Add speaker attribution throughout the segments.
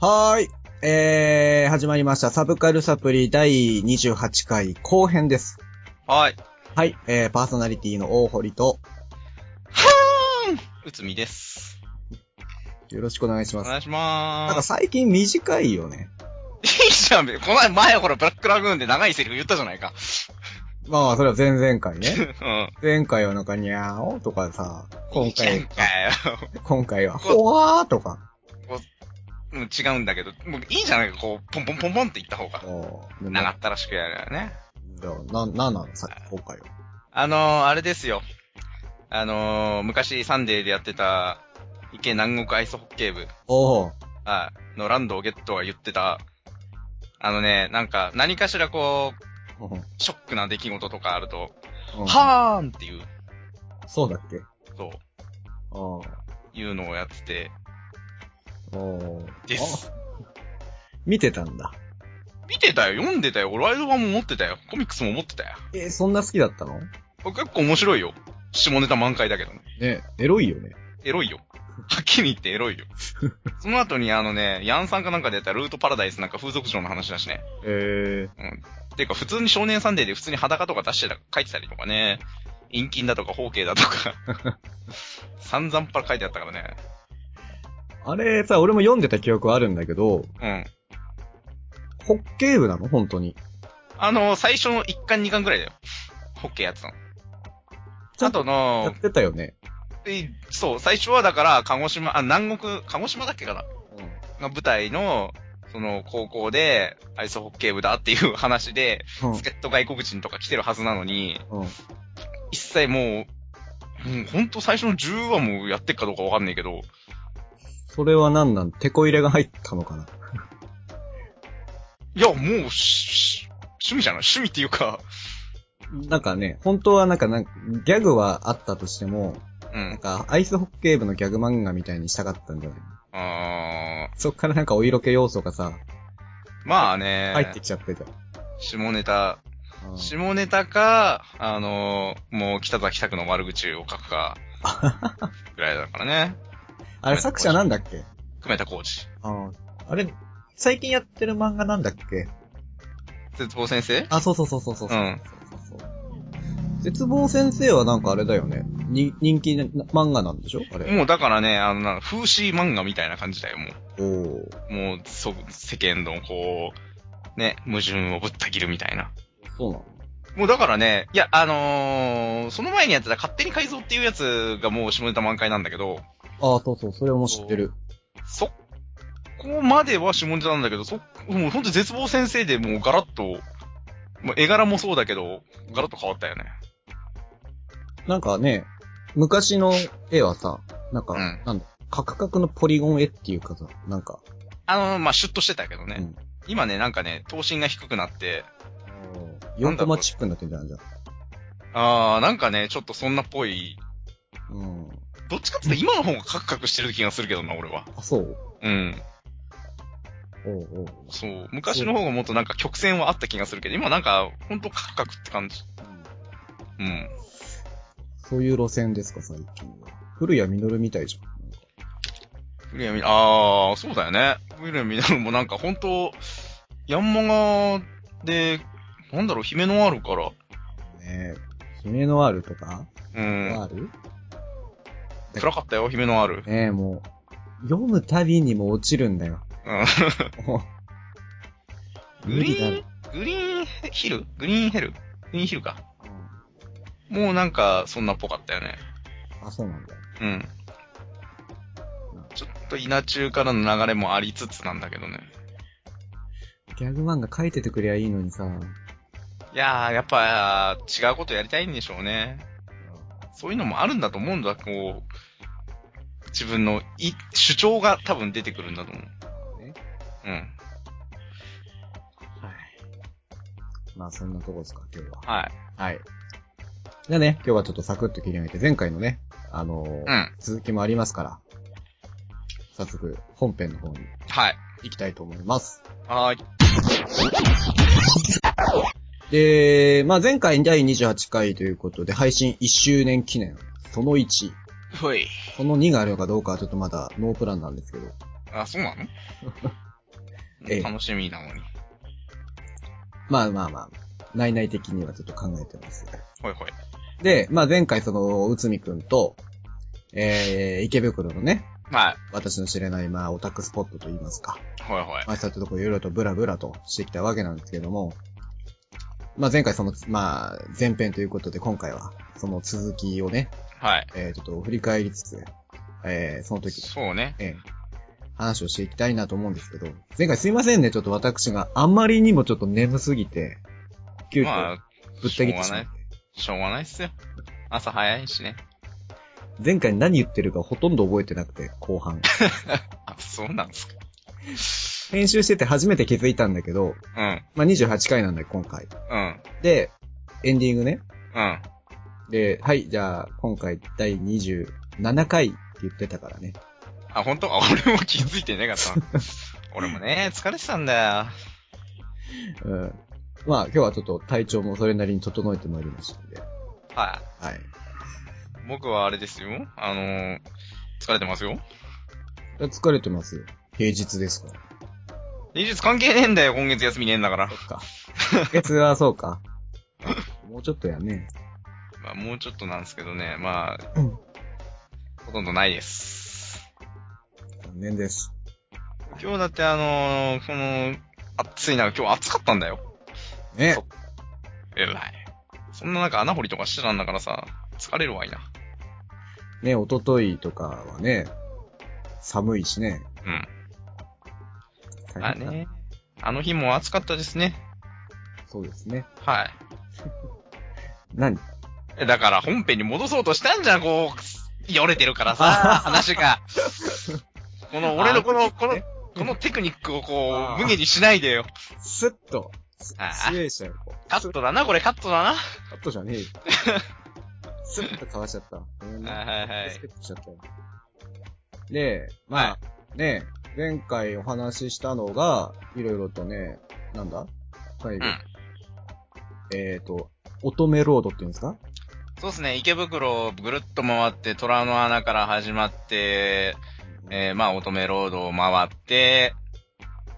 Speaker 1: はーい。えー、始まりました。サブカルサプリ第28回後編です。
Speaker 2: はい。
Speaker 1: はい。えー、パーソナリティの大堀と、
Speaker 2: はーんうつみです。
Speaker 1: よろしくお願いし
Speaker 2: お
Speaker 1: ます。
Speaker 2: 願いし
Speaker 1: なん
Speaker 2: ま
Speaker 1: か
Speaker 2: ーす。
Speaker 1: 最近短いよね。
Speaker 2: いいじゃん、別にこの前、前ほら、ブラックラグーンで長いセリフ言ったじゃないか。
Speaker 1: まあ、それは前々回
Speaker 2: う
Speaker 1: ね。
Speaker 2: ん。
Speaker 1: 前回はなんか、にゃーおとかさ、今
Speaker 2: いい
Speaker 1: 回、
Speaker 2: じゃんかよ
Speaker 1: 今回は、ほわーとか。
Speaker 2: うん違うんだけど、もういいじゃないか、こう、ポンポンポンポンって言った方が。
Speaker 1: おー
Speaker 2: 長ったらしくやるよね。
Speaker 1: じゃあ、な、なんなのさ、今回は。
Speaker 2: あのー、あれですよ。あのー、昔サンデーでやってた、池南国アイスホッケー部、
Speaker 1: おー。
Speaker 2: あのランドをゲットが言ってた、あのね、なんか、何かしらこう、
Speaker 1: うんうん
Speaker 2: ショックな出来事とかあると、はーんっていう、
Speaker 1: そうだっけ
Speaker 2: そう、
Speaker 1: あーお
Speaker 2: いうのをやってて、
Speaker 1: ー
Speaker 2: です
Speaker 1: あ見てたんだ。
Speaker 2: 見てたよ、読んでたよ、俺ライド版も持ってたよ、コミックスも持ってたよ。
Speaker 1: えー、そんな好きだったの
Speaker 2: これ結構面白いよ。下ネタ満開だけどね。
Speaker 1: ね、エロいよね。
Speaker 2: エロいよ。はっきり言ってエロ いよ。その後にあのね、ヤンさんかなんかでやったルートパラダイスなんか風俗嬢の話だしね。
Speaker 1: え
Speaker 2: てか普通に少年サンデーで普通に裸とか出してた、書いてたりとかね。陰菌だとか包茎だとか。 散々パラ書いてあったからね。
Speaker 1: ー、あれさ、俺も読んでた記憶あるんだけど、
Speaker 2: うん。
Speaker 1: ホッケー部なの本当に。
Speaker 2: あの、最初の1巻2巻ぐらいだよ。ホッケーやってたの。
Speaker 1: ちゃ
Speaker 2: あ
Speaker 1: んと
Speaker 2: と
Speaker 1: やっ
Speaker 2: の、
Speaker 1: てたよね。
Speaker 2: えそう、最初はだから、鹿児島、あ、南国、鹿児島だっけかなが舞台の、その、高校で、アイスホッケー部だっていう話で、
Speaker 1: うん。
Speaker 2: 助っ人外国人とか来てるはずなのに、
Speaker 1: うん。
Speaker 2: 一切もう、もうほんと最初の10話もやってっかどうかわかんないけど、
Speaker 1: それはなんなんテコ入れが入ったのかない
Speaker 2: や、もう、しし趣味じゃない趣味っていうか、
Speaker 1: なんかね、本当はなんかなんか、ギャグはあったとしても、
Speaker 2: う
Speaker 1: なん
Speaker 2: ん。
Speaker 1: か、アイスホッケー部のギャグ漫画みたいにしたかったんじゃないの
Speaker 2: あ
Speaker 1: そっからなんかお色気要素がさ、
Speaker 2: ーまあね、
Speaker 1: 入ってきちゃってた。
Speaker 2: 下ネタ、
Speaker 1: うん
Speaker 2: 下ネタか、あのーもう北崎拓の悪口を書 くか、ぐらいだからね。
Speaker 1: あれ作者なんだっけ
Speaker 2: 久米田浩二。
Speaker 1: ああれ、最近やってる漫画なんだっけ
Speaker 2: 絶望先生
Speaker 1: あ、そうそうそうそうそう
Speaker 2: う
Speaker 1: そう、
Speaker 2: ん。
Speaker 1: そうそう絶望先生はなんかあれだよね。に人気な漫画なんでしょあれ。
Speaker 2: もうだからね、あのな、風刺漫画みたいな感じだよ、も
Speaker 1: おー
Speaker 2: う。もう、そ、世間のこう、ね、矛盾をぶった切るみたいな。
Speaker 1: そうなの
Speaker 2: もうだからね、いや、あのー、その前にやってた勝手に改造っていうやつがもう下ネタ満開なんだけど、
Speaker 1: ああ、そうそう、それも知ってる。
Speaker 2: そ、こまでは下ネタなんだけど、そ、もうほんと絶望先生でもうガラッと、もう絵柄もそうだけど、ガラッと変わったよね。
Speaker 1: なんかね、昔の絵はさ、なんか、
Speaker 2: うん
Speaker 1: なんだ、カクカクのポリゴン絵っていうかさ、なんか、
Speaker 2: あのー、まあ、シュッとしてたけどね。
Speaker 1: うん
Speaker 2: 今ね、なんかね、頭身が低くなって、
Speaker 1: 4コマチップになってんじゃん、じゃ
Speaker 2: あー、なんかね、ちょっとそんなっぽい、
Speaker 1: あ。うん。
Speaker 2: どっちかっていうと今の方がカクカクしてる気がするけどな、俺は。
Speaker 1: あ、そう。
Speaker 2: うん。
Speaker 1: おうおう
Speaker 2: そう。昔の方がもっとなんか曲線はあった気がするけど、今なんか、ほんとカクカクって感じ。うん。
Speaker 1: そういう路線ですか、最近は。古谷実みたいじゃん。
Speaker 2: 古谷み、あー、そうだよね。古谷みなるもなんかほんと、ヤンマガで、なんだろう、姫のあるから。
Speaker 1: ねえ、姫のあるとか、
Speaker 2: うん。
Speaker 1: ある
Speaker 2: 暗かったよ、姫のある。
Speaker 1: ねえ、もう、読むたびにも落ちるんだ よ。もう
Speaker 2: グ
Speaker 1: 無
Speaker 2: リ
Speaker 1: 理だ
Speaker 2: ー
Speaker 1: ろ
Speaker 2: ン。、グリーンヒルグリーンヘルグリーンヒルか。もうなんか、そんなっぽかったよね。
Speaker 1: あ、そうなんだ。
Speaker 2: うん。ちょっと稲中からの流れもありつつなんだけどね。
Speaker 1: ギャグ漫画書いててくれゃいいのにさ。
Speaker 2: いやー、やっぱ、違うことやりたいんでしょうね。そういうのもあるんだと思うんだ、こう、自分のい主張が多分出てくるんだと思う。
Speaker 1: ね
Speaker 2: うん。
Speaker 1: まあそんなとこですか、今日は。
Speaker 2: はい。
Speaker 1: はい。じゃあね、今日はちょっとサクッと切り上げて、前回のね、あのー
Speaker 2: うん。
Speaker 1: 続きもありますから、早速、本編の方に
Speaker 2: はい。
Speaker 1: 行きたいと思います。
Speaker 2: はーい。
Speaker 1: で、まあ、前回第28回ということで、配信1周年記念、その1。
Speaker 2: ほい。
Speaker 1: その2があるのかどうかはちょっとまだノープランなんですけど。
Speaker 2: あ、そうなの
Speaker 1: ええ
Speaker 2: 楽しみなのに。
Speaker 1: まあまあまあ、内々的にはちょっと考えてます。
Speaker 2: ほいほい。で、
Speaker 1: で、まあ前回その、内海くんと、えー、池袋のね、
Speaker 2: は
Speaker 1: 私の知れない、まあ、オタクスポットと言いますか。
Speaker 2: い。ほいほい。
Speaker 1: まあ、そういったとこいろいろとブラブラとしてきたわけなんですけども、まあ前回その、まあ、前編ということで今回は、その続きをね、
Speaker 2: はい。
Speaker 1: えー、ちょっと振り返りつつ、えー、その時
Speaker 2: そうね。
Speaker 1: ええ、話をしていきたいなと思うんですけど、前回すいませんね、ちょっと私があんまりにもちょっと眠すぎて、急
Speaker 2: ま
Speaker 1: 遽
Speaker 2: あ、
Speaker 1: ぶった切ってしまって、
Speaker 2: しょうがないっすよ。朝早いしね。
Speaker 1: 前回何言ってるかほとんど覚えてなくて、後半。
Speaker 2: あ、そうなんですか。
Speaker 1: 編集してて初めて気づいたんだけど、
Speaker 2: うん。
Speaker 1: まあ、28回なんだよ、今回。
Speaker 2: うん。
Speaker 1: で、エンディングね。
Speaker 2: うん。
Speaker 1: で、はい、じゃあ、今回第27回って言ってたからね。
Speaker 2: あ、本当あ、俺も気づいてなかった。 俺もね、疲れてたんだ
Speaker 1: うん。まあ、今日はちょっと体調もそれなりに整えてまいりましたんで。
Speaker 2: よ。は
Speaker 1: はい。
Speaker 2: い。僕はあれですよ。あのー、疲れてますよ。
Speaker 1: 疲れてますよ。平日ですから。
Speaker 2: 技術関係ねえんだよ、今月休みねえんだから
Speaker 1: そ。っか。月はそうか。もうちょっとやね。
Speaker 2: まあ、もうちょっとなんですけどね、まあ、
Speaker 1: うん
Speaker 2: ほとんどないです。
Speaker 1: 残念です。
Speaker 2: 今日だってあのー、この、暑いな、今日暑かったんだよ。
Speaker 1: ね
Speaker 2: そ。えらい。そんな中穴掘りとかしてたんだからさ、疲れるわいな。
Speaker 1: ね、おとといとかはね、寒いしね。
Speaker 2: うん。
Speaker 1: 大
Speaker 2: あ
Speaker 1: 変だ
Speaker 2: ね。あの日も暑かったですね。
Speaker 1: そうですね。
Speaker 2: はい。
Speaker 1: 何
Speaker 2: えだから本編に戻そうとしたんじゃん、こう、よれてるからさ、 話が。この、俺のこの、この、このテクニックをこ
Speaker 1: あー
Speaker 2: う、無下にしないでよ。
Speaker 1: スッと、す
Speaker 2: あ
Speaker 1: 失礼しちゃう。こう
Speaker 2: カットだな、これカットだな。
Speaker 1: カットじゃねえ よ。スッとかわしちゃった。ごめんね
Speaker 2: はいはいは
Speaker 1: リ
Speaker 2: い
Speaker 1: スペ。クトしちゃったよ。で、ま
Speaker 2: は
Speaker 1: あ、ね、前回お話ししたのが、いろいろとね、なんだ最後。
Speaker 2: うん
Speaker 1: えっ、ー、と、乙女ロードっていうんですか
Speaker 2: そうですね、池袋をぐるっと回って、虎の穴から始まって、えー、まあ、乙女ロードを回って、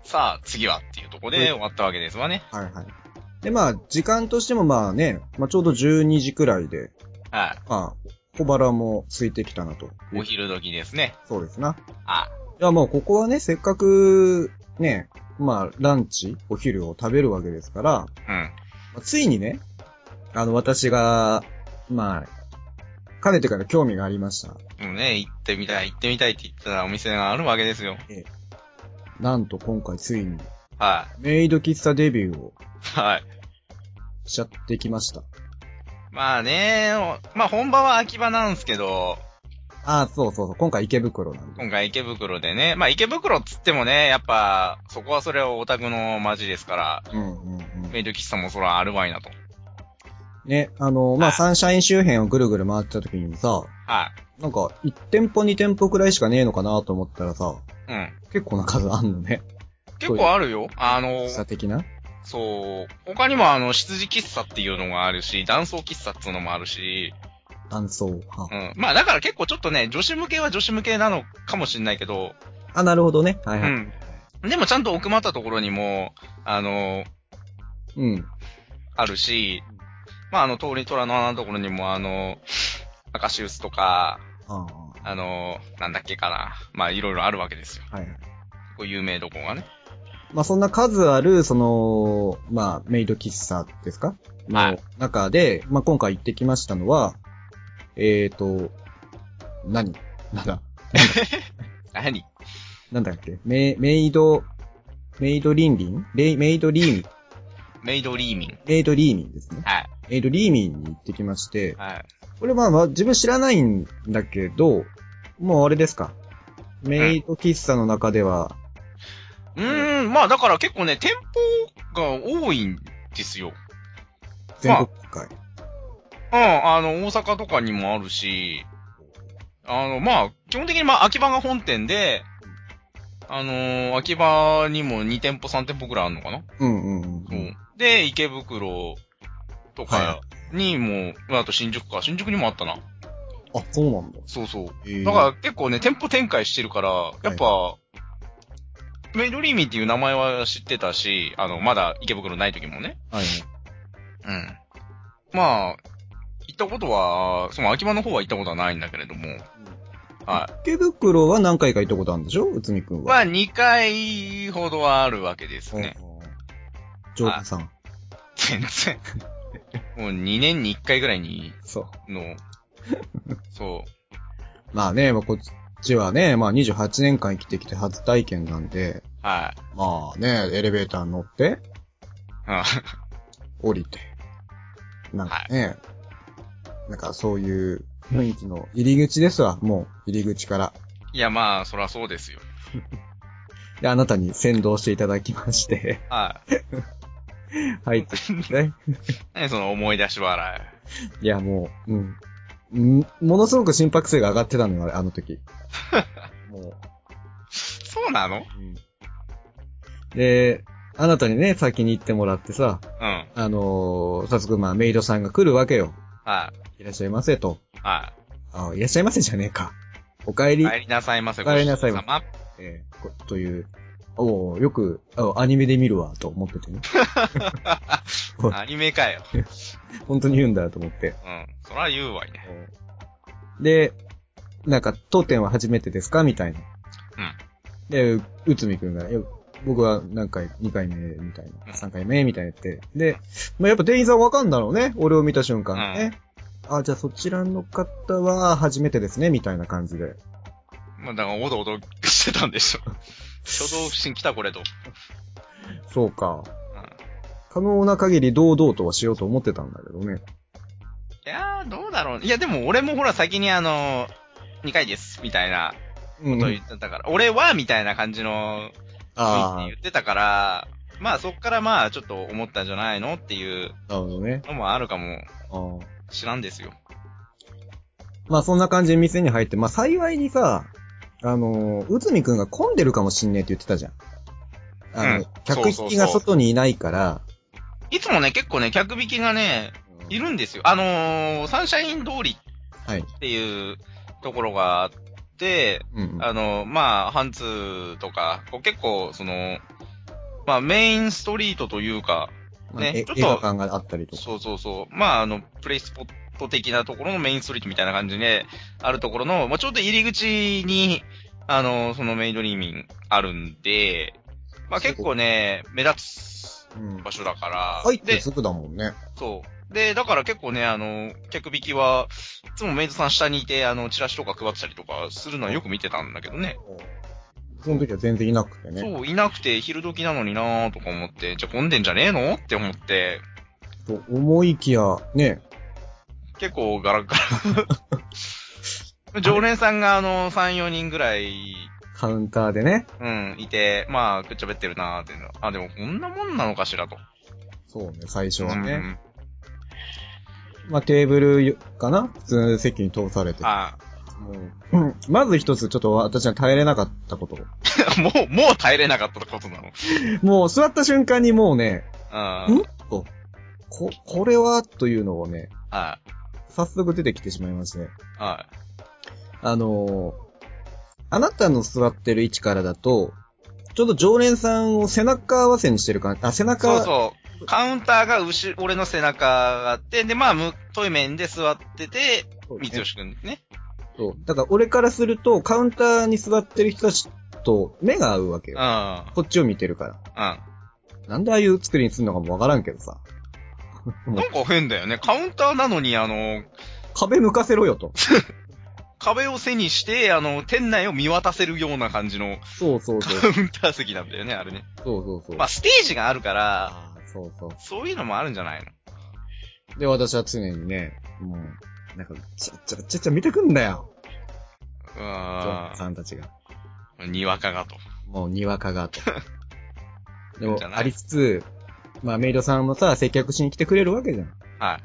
Speaker 2: さあ、次はっていうとこで終わったわけですわね。
Speaker 1: はいはい。で、まあ、時間としてもまあね、まあちょうど12時くらいで、
Speaker 2: は
Speaker 1: まあ、小腹も空いてきたなと。
Speaker 2: い。お昼時ですね。
Speaker 1: そうですな。
Speaker 2: あ、
Speaker 1: いや、もうここはね、せっかく、ね、まあ、ランチ、お昼を食べるわけですから、
Speaker 2: うん。
Speaker 1: まあついにね、あの、私が、まあ、かねてから興味がありました。
Speaker 2: もうね、行ってみたい、行ってみたいって言ってたお店があるわけですよ。
Speaker 1: なんと今回ついに、
Speaker 2: は
Speaker 1: メイド喫茶デビューを
Speaker 2: い。はい。
Speaker 1: しちゃってきました。
Speaker 2: まあね、おまあ本場は秋葉なんですけど、
Speaker 1: ああ、そうそうそう、今回池袋なんで。
Speaker 2: 今回池袋でね、まあ池袋っつってもね、やっぱ、そこはそれはオタクの街ですから、
Speaker 1: うんうんうん。
Speaker 2: メイド喫茶もそらあるわいなと。
Speaker 1: ね、あの、まあ、
Speaker 2: あ
Speaker 1: サンシャイン周辺をぐるぐる回ってた時にさ、
Speaker 2: は
Speaker 1: なんか、1店舗2店舗くらいしかねえのかなと思ったらさ、
Speaker 2: い。うん。
Speaker 1: 結構な数あんのね。
Speaker 2: 結構あるよ。あの
Speaker 1: 喫、茶的な
Speaker 2: そう、他にもあの、羊喫茶っていうのがあるし、男装喫茶っていうのもあるし、
Speaker 1: 断層派
Speaker 2: う。ん。まあだから結構ちょっとね、女子向けは女子向けなのかもしれないけど、
Speaker 1: あ、なるほどね。はいうはい。
Speaker 2: ん。でもちゃんと奥まったところにも、あの、
Speaker 1: うん。
Speaker 2: あるし、まあ、あの、通り虎の穴のところにも、あの、アカシウスとか、
Speaker 1: ああ、
Speaker 2: あの、なんだっけかな。まあ、いろいろあるわけですよ。
Speaker 1: はいはい。
Speaker 2: こう有名どころがね。
Speaker 1: まあ、そんな数ある、その、まあ、メイド喫茶ですか
Speaker 2: は
Speaker 1: の
Speaker 2: い
Speaker 1: 中で、まあ、今回行ってきましたのは、えーと、何なんだ
Speaker 2: 何
Speaker 1: なんだっけメメイド、メイドリンリンレイメイドリーミン、
Speaker 2: メイドリーミン。
Speaker 1: メイドリーミンですね。
Speaker 2: はい。
Speaker 1: メイドリーミンに行ってきまして、
Speaker 2: はい。
Speaker 1: これまあまあ自分知らないんだけど、もうあれですか。メイド喫茶の中では、
Speaker 2: うーん、まあ、だから結構ね、店舗が多いんですよ。
Speaker 1: 全国会。
Speaker 2: うん。うん、あの、大阪とかにもあるし、あの、まあ、基本的にまあ、秋葉が本店で、あのー秋葉にも2店舗3店舗ぐらいあるのかな、
Speaker 1: うんうんう
Speaker 2: そ
Speaker 1: ん。
Speaker 2: うで、池袋とかにも、まああと新宿か、新宿にもあったな。
Speaker 1: あ、そうなんだ。
Speaker 2: そうそう。
Speaker 1: えー
Speaker 2: だから結構ね、店舗展開してるから、やっぱ、メドリーミーっていう名前は知ってたし、あの、まだ池袋ない時もね。
Speaker 1: はい。
Speaker 2: うん。まあ、行ったことは、その秋葉の方は行ったことはないんだけれども、は
Speaker 1: 池袋は何回か行ったことあるんでしょうつみくん
Speaker 2: い。
Speaker 1: は。
Speaker 2: まあ、2回ほどはあるわけですね。
Speaker 1: うんジョージさん。
Speaker 2: 全 然。もう2年に1回ぐらいに、
Speaker 1: そう。
Speaker 2: の、そう。
Speaker 1: まあね、まあ、こっちはね、まあ28年間生きてきて初体験なんで、
Speaker 2: はい。
Speaker 1: まあね、エレベーターに乗って、
Speaker 2: うん
Speaker 1: 降りて、なんかね、なんかそういう雰囲気の入り口ですわ、もう入り口から。
Speaker 2: いや、まあ、そらそうですよ。
Speaker 1: で、あなたに先導していただきまして、
Speaker 2: はい。
Speaker 1: 入ってきてね。
Speaker 2: 何その思い出し笑い。
Speaker 1: いや、もう、うん。うんものすごく心拍数が上がってたのよ、あれあの 時。も
Speaker 2: そうなの
Speaker 1: う、うん。で、あなたにね、先に行ってもらってさ、
Speaker 2: うん。
Speaker 1: あのー早速、まあ、メイドさんが来るわけよ。
Speaker 2: はい
Speaker 1: らっしゃいませと。
Speaker 2: い。は
Speaker 1: あいらっしゃいませじゃねえか。お帰
Speaker 2: い。
Speaker 1: り、
Speaker 2: 帰りなさいませ、
Speaker 1: 帰りなさい
Speaker 2: ご
Speaker 1: ま
Speaker 2: 主人様。
Speaker 1: えーこという。おうよく、あアニメで見るわ、と思っててね。おい
Speaker 2: アニメかよ。
Speaker 1: 本当に言うんだ、と思って。
Speaker 2: うん。そら言うわいね。
Speaker 1: で、なんか、当店は初めてですかみたいな。で、ううつみくんが、いや僕は何回、2回目、みたい
Speaker 2: うん
Speaker 1: な、3回目、みたいなやって。で、まあ、やっぱ店員さんわかんだろうね。俺を見た瞬間ね。あ、じゃあそちらの方は初めてですね、みたいな感じで。
Speaker 2: まあ、だから、おどおどしてたんでしょ。初動不審来たこれと。
Speaker 1: そうか。
Speaker 2: うん。
Speaker 1: 可能な限り堂々とはしようと思ってたんだけどね。
Speaker 2: いやー、どうだろう。いや、でも俺もほら、先にあの、2回です、みたいな
Speaker 1: う
Speaker 2: ことを言ってたから、俺は、みたいな感じの、
Speaker 1: あ
Speaker 2: 言ってたから、まあ、そっからまあ、ちょっと思ったんじゃないのっていう
Speaker 1: あ、なるほどね。
Speaker 2: のもあるかも
Speaker 1: あー
Speaker 2: 知らんですよ。
Speaker 1: まあそんな感じで店に入って、まあ幸いにさ、あのー、うつみくんが混んでるかもしんねえって言ってたじゃん。あの、
Speaker 2: うん
Speaker 1: 客
Speaker 2: そうそ
Speaker 1: 引
Speaker 2: う
Speaker 1: き
Speaker 2: そう
Speaker 1: が外にいないから、
Speaker 2: いつもね、結構ね、客引きがね、いるんですよ。あのー、サンシャイン通り
Speaker 1: はい。
Speaker 2: っていうところがあって、
Speaker 1: うんうん、
Speaker 2: あの、まあ、ハンツとか、こう結構、その、まあ、メインストリートというか、
Speaker 1: まあ
Speaker 2: ね
Speaker 1: え
Speaker 2: ちょっと
Speaker 1: 映画館があったりとか。
Speaker 2: そうそうそう、まあ、あの、プレイスポット的なところのメインストリートみたいな感じで、あるところの、まあ、ちょうど入り口に、あの、そのメイドリーミンあるんで、まあ、結構ね、目立つ
Speaker 1: うん
Speaker 2: 場所だから、
Speaker 1: 入っ
Speaker 2: で
Speaker 1: てすぐだもんね。
Speaker 2: そう。で、だから結構ね、あの、客引きは、いつもメイドさん下にいて、あの、チラシとか配ってたりとかするのはよく見てたんだけどね。
Speaker 1: その時は全然いなくてね。
Speaker 2: そう、いなくて昼時なのになーとか思って、じゃあ混んでんじゃねえのって思って、
Speaker 1: と思いきや、ね、
Speaker 2: 結構ガラガ ラ。常連さんがあの、3、4人ぐらい、
Speaker 1: カウンターでね。
Speaker 2: うん、いて、まあ、くっちゃべってるなーっていうの。あ、でもこんなもんなのかしらと。
Speaker 1: そうね、最初は
Speaker 2: ん
Speaker 1: ね。
Speaker 2: ん。
Speaker 1: まあテーブルかな普通の席に通されて。
Speaker 2: あ
Speaker 1: うんまず一つ、ちょっと私は耐えれなかったこと。
Speaker 2: あもう、もう耐えれなかったことなの。
Speaker 1: もう座った瞬間にもうね、
Speaker 2: うん
Speaker 1: ん。と、こ、これはというのをね、
Speaker 2: はい。
Speaker 1: 早速出てきてしまいまして、ね、
Speaker 2: は
Speaker 1: あのーあなたの座ってる位置からだと、ちょうど常連さんを背中合わせにしてる感じ、あ、背
Speaker 2: い。
Speaker 1: 中、
Speaker 2: そうそう。カウンターが後ろ、俺の背中があって、で、まあ、む、対面で座ってて、
Speaker 1: そう
Speaker 2: 三
Speaker 1: ね
Speaker 2: 吉くんね。
Speaker 1: そうだから俺からすると、カウンターに座ってる人たちと目が合うわけ
Speaker 2: うん。う
Speaker 1: よ。
Speaker 2: ん。
Speaker 1: こっちを見てるから。なんでああいう作りにするのかもわからんけどさ。もう
Speaker 2: なんか変だよね。カウンターなのに、あの、
Speaker 1: 壁向かせろよ と。
Speaker 2: 壁を背にして、あの、店内を見渡せるような感じの
Speaker 1: そうそう
Speaker 2: カ
Speaker 1: そう。
Speaker 2: ウンター席なんだよね、あれね。
Speaker 1: そうそうそう。
Speaker 2: まあ、ステージがあるから、
Speaker 1: あーそうそう。
Speaker 2: そういうのもあるんじゃないの
Speaker 1: で、私は常にね、もう、なんか、ちゃっちゃちゃっちゃ見てくんだよ。
Speaker 2: う
Speaker 1: ジョン
Speaker 2: ー
Speaker 1: さんたちが。
Speaker 2: ん。にわかがと。
Speaker 1: もう、にわかが と。で
Speaker 2: いいん
Speaker 1: も
Speaker 2: じゃ、ない
Speaker 1: ありつつ、まあ、メイドさんもさ、接客しに来てくれるわけじゃん。
Speaker 2: はい。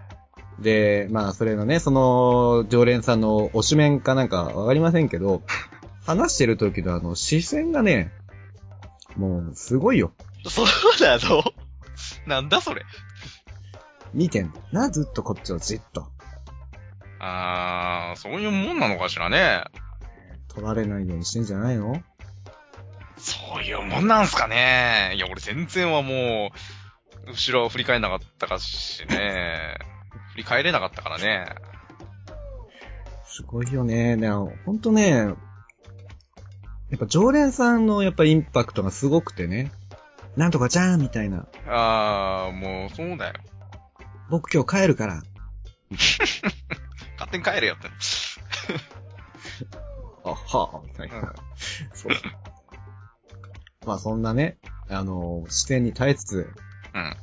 Speaker 1: で、まあ、それのね、その、常連さんの推し面かなんかわかりませんけ ど、話してる時のあの、視線がね、もう、すごいよ。
Speaker 2: そうだぞ。なんだそれ。
Speaker 1: 見てんだよな、ずっとこっちをじっと。
Speaker 2: あー、そういうもんなのかしらね。
Speaker 1: 取られないようにしてんじゃないの
Speaker 2: そういうもんなんすかね。いや、俺全然はもう、後ろを振り返んなかったかしね。振り返れなかったからね。
Speaker 1: すごいよね。でも、ほんとね、やっぱ常連さんのやっぱインパクトがすごくてね、なんとかじゃーんみたいな、
Speaker 2: あー、もう、そうだよ。
Speaker 1: 僕今日帰るから、
Speaker 2: 勝手に帰れよって。
Speaker 1: あはあ、みたいな。そう。まあそんなね、あの、視点に耐えつつ、
Speaker 2: うん。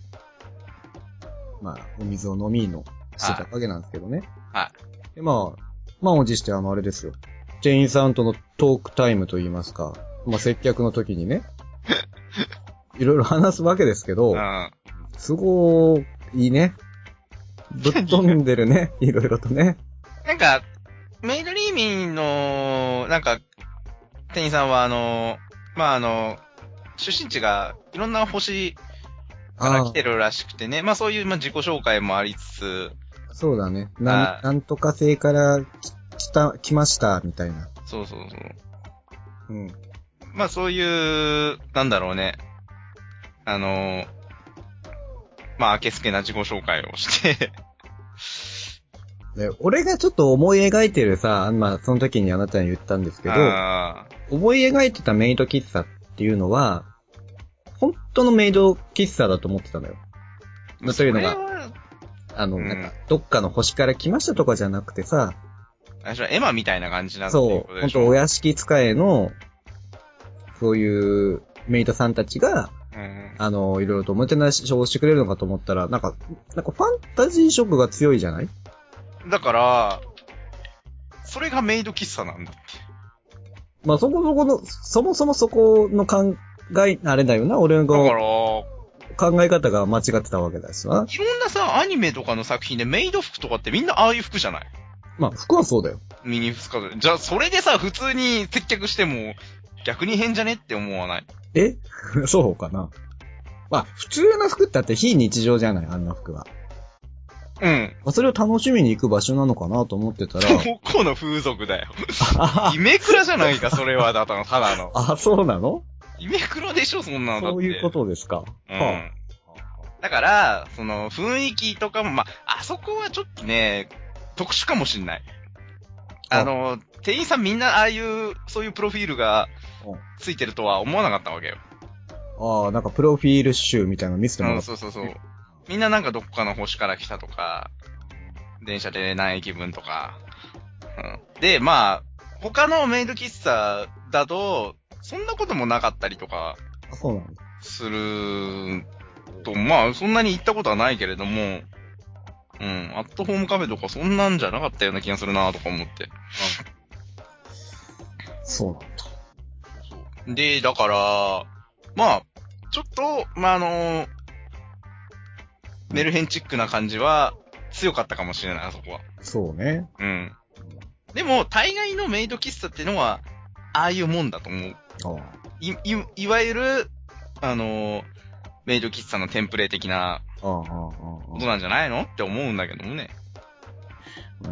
Speaker 1: まあ、お水を飲みのしてたわけなんですけどね。
Speaker 2: は
Speaker 1: で、まあ、満を持してあの、あれですよ。店員さんとのトークタイムといいますか、まあ接客の時 にね、いろいろ話すわけですけど、
Speaker 2: うん。
Speaker 1: すごーいいね。ぶっ飛んでる ね。いろいろとね。
Speaker 2: なんか、メイドリーミーの、なんか、店員さんはあの、まあ、あの、出身地がいろんな星から来てるらしくてね。まあ、そういう、まあ、自己紹介もありつつ、
Speaker 1: あーそうだね。な
Speaker 2: あ
Speaker 1: ん、
Speaker 2: ー
Speaker 1: なんとか星から来た、来ました、みたいな。
Speaker 2: そうそうそう。
Speaker 1: うん。
Speaker 2: まあ、そういう、なんだろうね。あの、まあ、明けすけな自己紹介をして、
Speaker 1: で、俺がちょっと思い描いてるさ、まあ、その時にあなたに言ったんですけど、
Speaker 2: あ
Speaker 1: 思い描いてたメイド喫茶っていうのは、本当のメイド喫茶だと思ってたのよ。まあ
Speaker 2: ー
Speaker 1: そういうのが
Speaker 2: それは
Speaker 1: あの、
Speaker 2: うん
Speaker 1: なんか、どっかの星から来ましたとかじゃなくてさ、
Speaker 2: あれじゃエマみたいな感じなんていう
Speaker 1: そう、
Speaker 2: こと
Speaker 1: 本
Speaker 2: でし
Speaker 1: 当
Speaker 2: ょ
Speaker 1: お屋敷使えの、そういうメイドさんたちが、
Speaker 2: うん。
Speaker 1: あの、いろいろとおもてなしをしてくれるのかと思ったら、なんか、なんかファンタジー色が強いじゃない
Speaker 2: だから、それがメイド喫茶なんだって。
Speaker 1: まあ、そこそこの、そもそもそこの考え、あれだよな、俺の
Speaker 2: だから、い
Speaker 1: 考え方が間違ってたわけだしな。
Speaker 2: ろんなさ、アニメとかの作品でメイド服とかってみんなああいう服じゃない
Speaker 1: まあ、服はそうだよ。
Speaker 2: ミニスカート。じゃあ、それでさ、普通に接客しても、逆に変じゃねって思わない。
Speaker 1: え そうかな。まあ、普通の服ってあって非日常じゃない、あんな服は。
Speaker 2: うん。
Speaker 1: まあ、それを楽しみに行く場所なのかなと思ってた ら、
Speaker 2: どこの風俗だよ。イメクラじゃないか、それは。だったの、ただの。
Speaker 1: あ、そうなの
Speaker 2: イメクラでしょ、そんなのだって。
Speaker 1: そういうことですか。
Speaker 2: うん。
Speaker 1: は
Speaker 2: だから、その、雰囲気とかも、まあ、あそこはちょっとね、特殊かもしんない。あの、店員さんみんな、ああいう、そういうプロフィールが
Speaker 1: うん、
Speaker 2: ついてるとは思わなかったわけよ。
Speaker 1: ああ、なんかプロフィール集みたいなの見せても
Speaker 2: う
Speaker 1: ら
Speaker 2: ん、
Speaker 1: った。
Speaker 2: そうそうそう。みんななんかどっかの星から来たとか、電車で何駅分とか。うん、で、まあ、他のメイド喫茶だと、そんなこともなかったりとか、
Speaker 1: あそうなんだ。
Speaker 2: すると、まあ、そんなに行ったことはないけれども、うん、アットホームカフェとかそんなんじゃなかったような気がするなとか思って。
Speaker 1: そうなんだ。
Speaker 2: で、だから、まあ、ちょっと、まあ、あのメルヘンチックな感じは強かったかもしれない、あそこは。
Speaker 1: そうね。
Speaker 2: うん。でも、大概のメイド喫茶ってのは、ああいうもんだと思う。
Speaker 1: ああ。
Speaker 2: い、い、いわゆる、あのメイド喫茶のテンプレ的な
Speaker 1: ああ、ああ、
Speaker 2: こ
Speaker 1: あ
Speaker 2: となんじゃないのって思うんだけどもね。
Speaker 1: あ。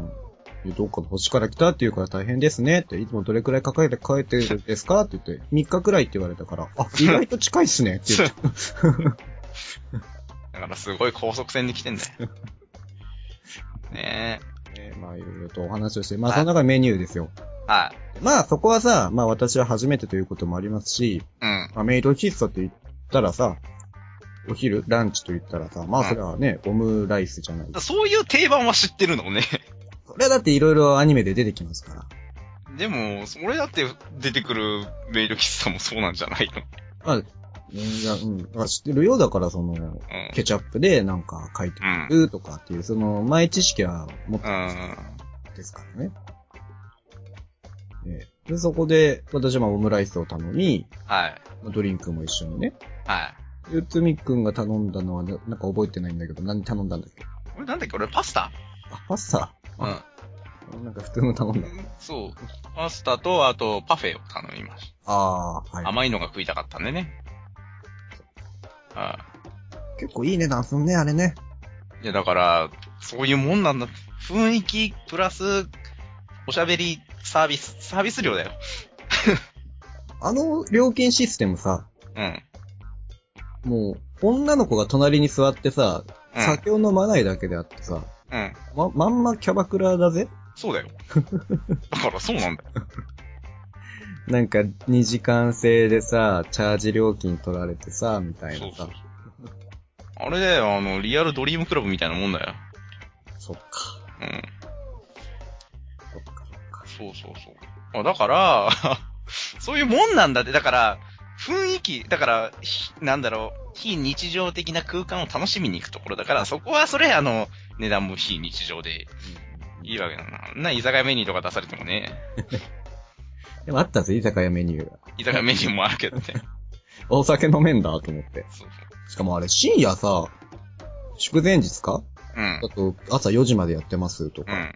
Speaker 1: うん。どっかの星から来たっていうから大変ですねって、いつもどれくらいかけて帰ってるんですかって言って、3日くらいって言われたから、あ、意外と近いっすねって言って。
Speaker 2: だからすごい高速船で来てんだよ。ね
Speaker 1: ねまあいろいろとお話をして、まあその中にメニューですよ。
Speaker 2: え。はい。
Speaker 1: まあそこはさ、まあ私は初めてということもありますし、
Speaker 2: うん。
Speaker 1: まあ、メイド喫茶って言ったらさ、お昼、ランチと言ったらさ、まあそれはね、オムライスじゃない。
Speaker 2: そういう定番は知ってるのね。
Speaker 1: それはだっていろいろアニメで出てきますから。
Speaker 2: でも、それだって出てくるメイド喫茶もそうなんじゃないの。
Speaker 1: まあ、うんいや、うん。だから知ってるようだから、その、
Speaker 2: うん。
Speaker 1: ケチャップでなんか書いて
Speaker 2: うん。
Speaker 1: るとかっていう、その、前知識は持って
Speaker 2: う
Speaker 1: ま
Speaker 2: ん。
Speaker 1: すですからね。ええで、そこで、私はまあオムライスを頼み、
Speaker 2: はい。
Speaker 1: まあドリンクも一緒にね。
Speaker 2: はい。
Speaker 1: で内海くんが頼んだのはね、なんか覚えてないんだけど、何頼んだんだっけ
Speaker 2: 俺なんだっけ俺パスタ
Speaker 1: パスタ
Speaker 2: うん。
Speaker 1: なんか普通の頼んだ。
Speaker 2: そう。パスタと、あと、パフェを頼みまし
Speaker 1: ああ、
Speaker 2: た。
Speaker 1: はい。
Speaker 2: 甘いのが食いたかったんでね。あ
Speaker 1: 結構いい値段すんね、あれね。
Speaker 2: いや、だから、そういうもんなんだ。雰囲気、プラス、おしゃべり、サービス、サービス料だよ。
Speaker 1: あの料金システムさ、
Speaker 2: うん。
Speaker 1: もう、女の子が隣に座ってさ、
Speaker 2: うん
Speaker 1: 酒を飲まないだけであってさ、
Speaker 2: うん。
Speaker 1: ま、まんまキャバクラだぜ
Speaker 2: そうだ よ。だから、そうなんだよ。
Speaker 1: なんか、2時間制でさ、チャージ料金取られてさ、みたい
Speaker 2: そう
Speaker 1: なさ
Speaker 2: そう。。あれだよ、あの、リアルドリームクラブみたいなもんだよ。
Speaker 1: そっか。
Speaker 2: うん。
Speaker 1: そっか、そっか。
Speaker 2: そうそうそう。あだから、 そういうもんなんだって。だから、雰囲気、だから、ひなんだろう、非日常的な空間を楽しみに行くところだから、そこはそれ、あの、値段も非日常でいいわけだな。な、居酒屋メニューとか出されてもね、
Speaker 1: でもあったぜ、居酒屋メニューが。
Speaker 2: 居酒屋メニューもあるけどね。
Speaker 1: お酒飲めんだと思って。
Speaker 2: そうそ
Speaker 1: しかもあれ、深夜さ、祝前日か
Speaker 2: う。うん
Speaker 1: あ。と、朝4時までやってますと
Speaker 2: う
Speaker 1: か。
Speaker 2: ん。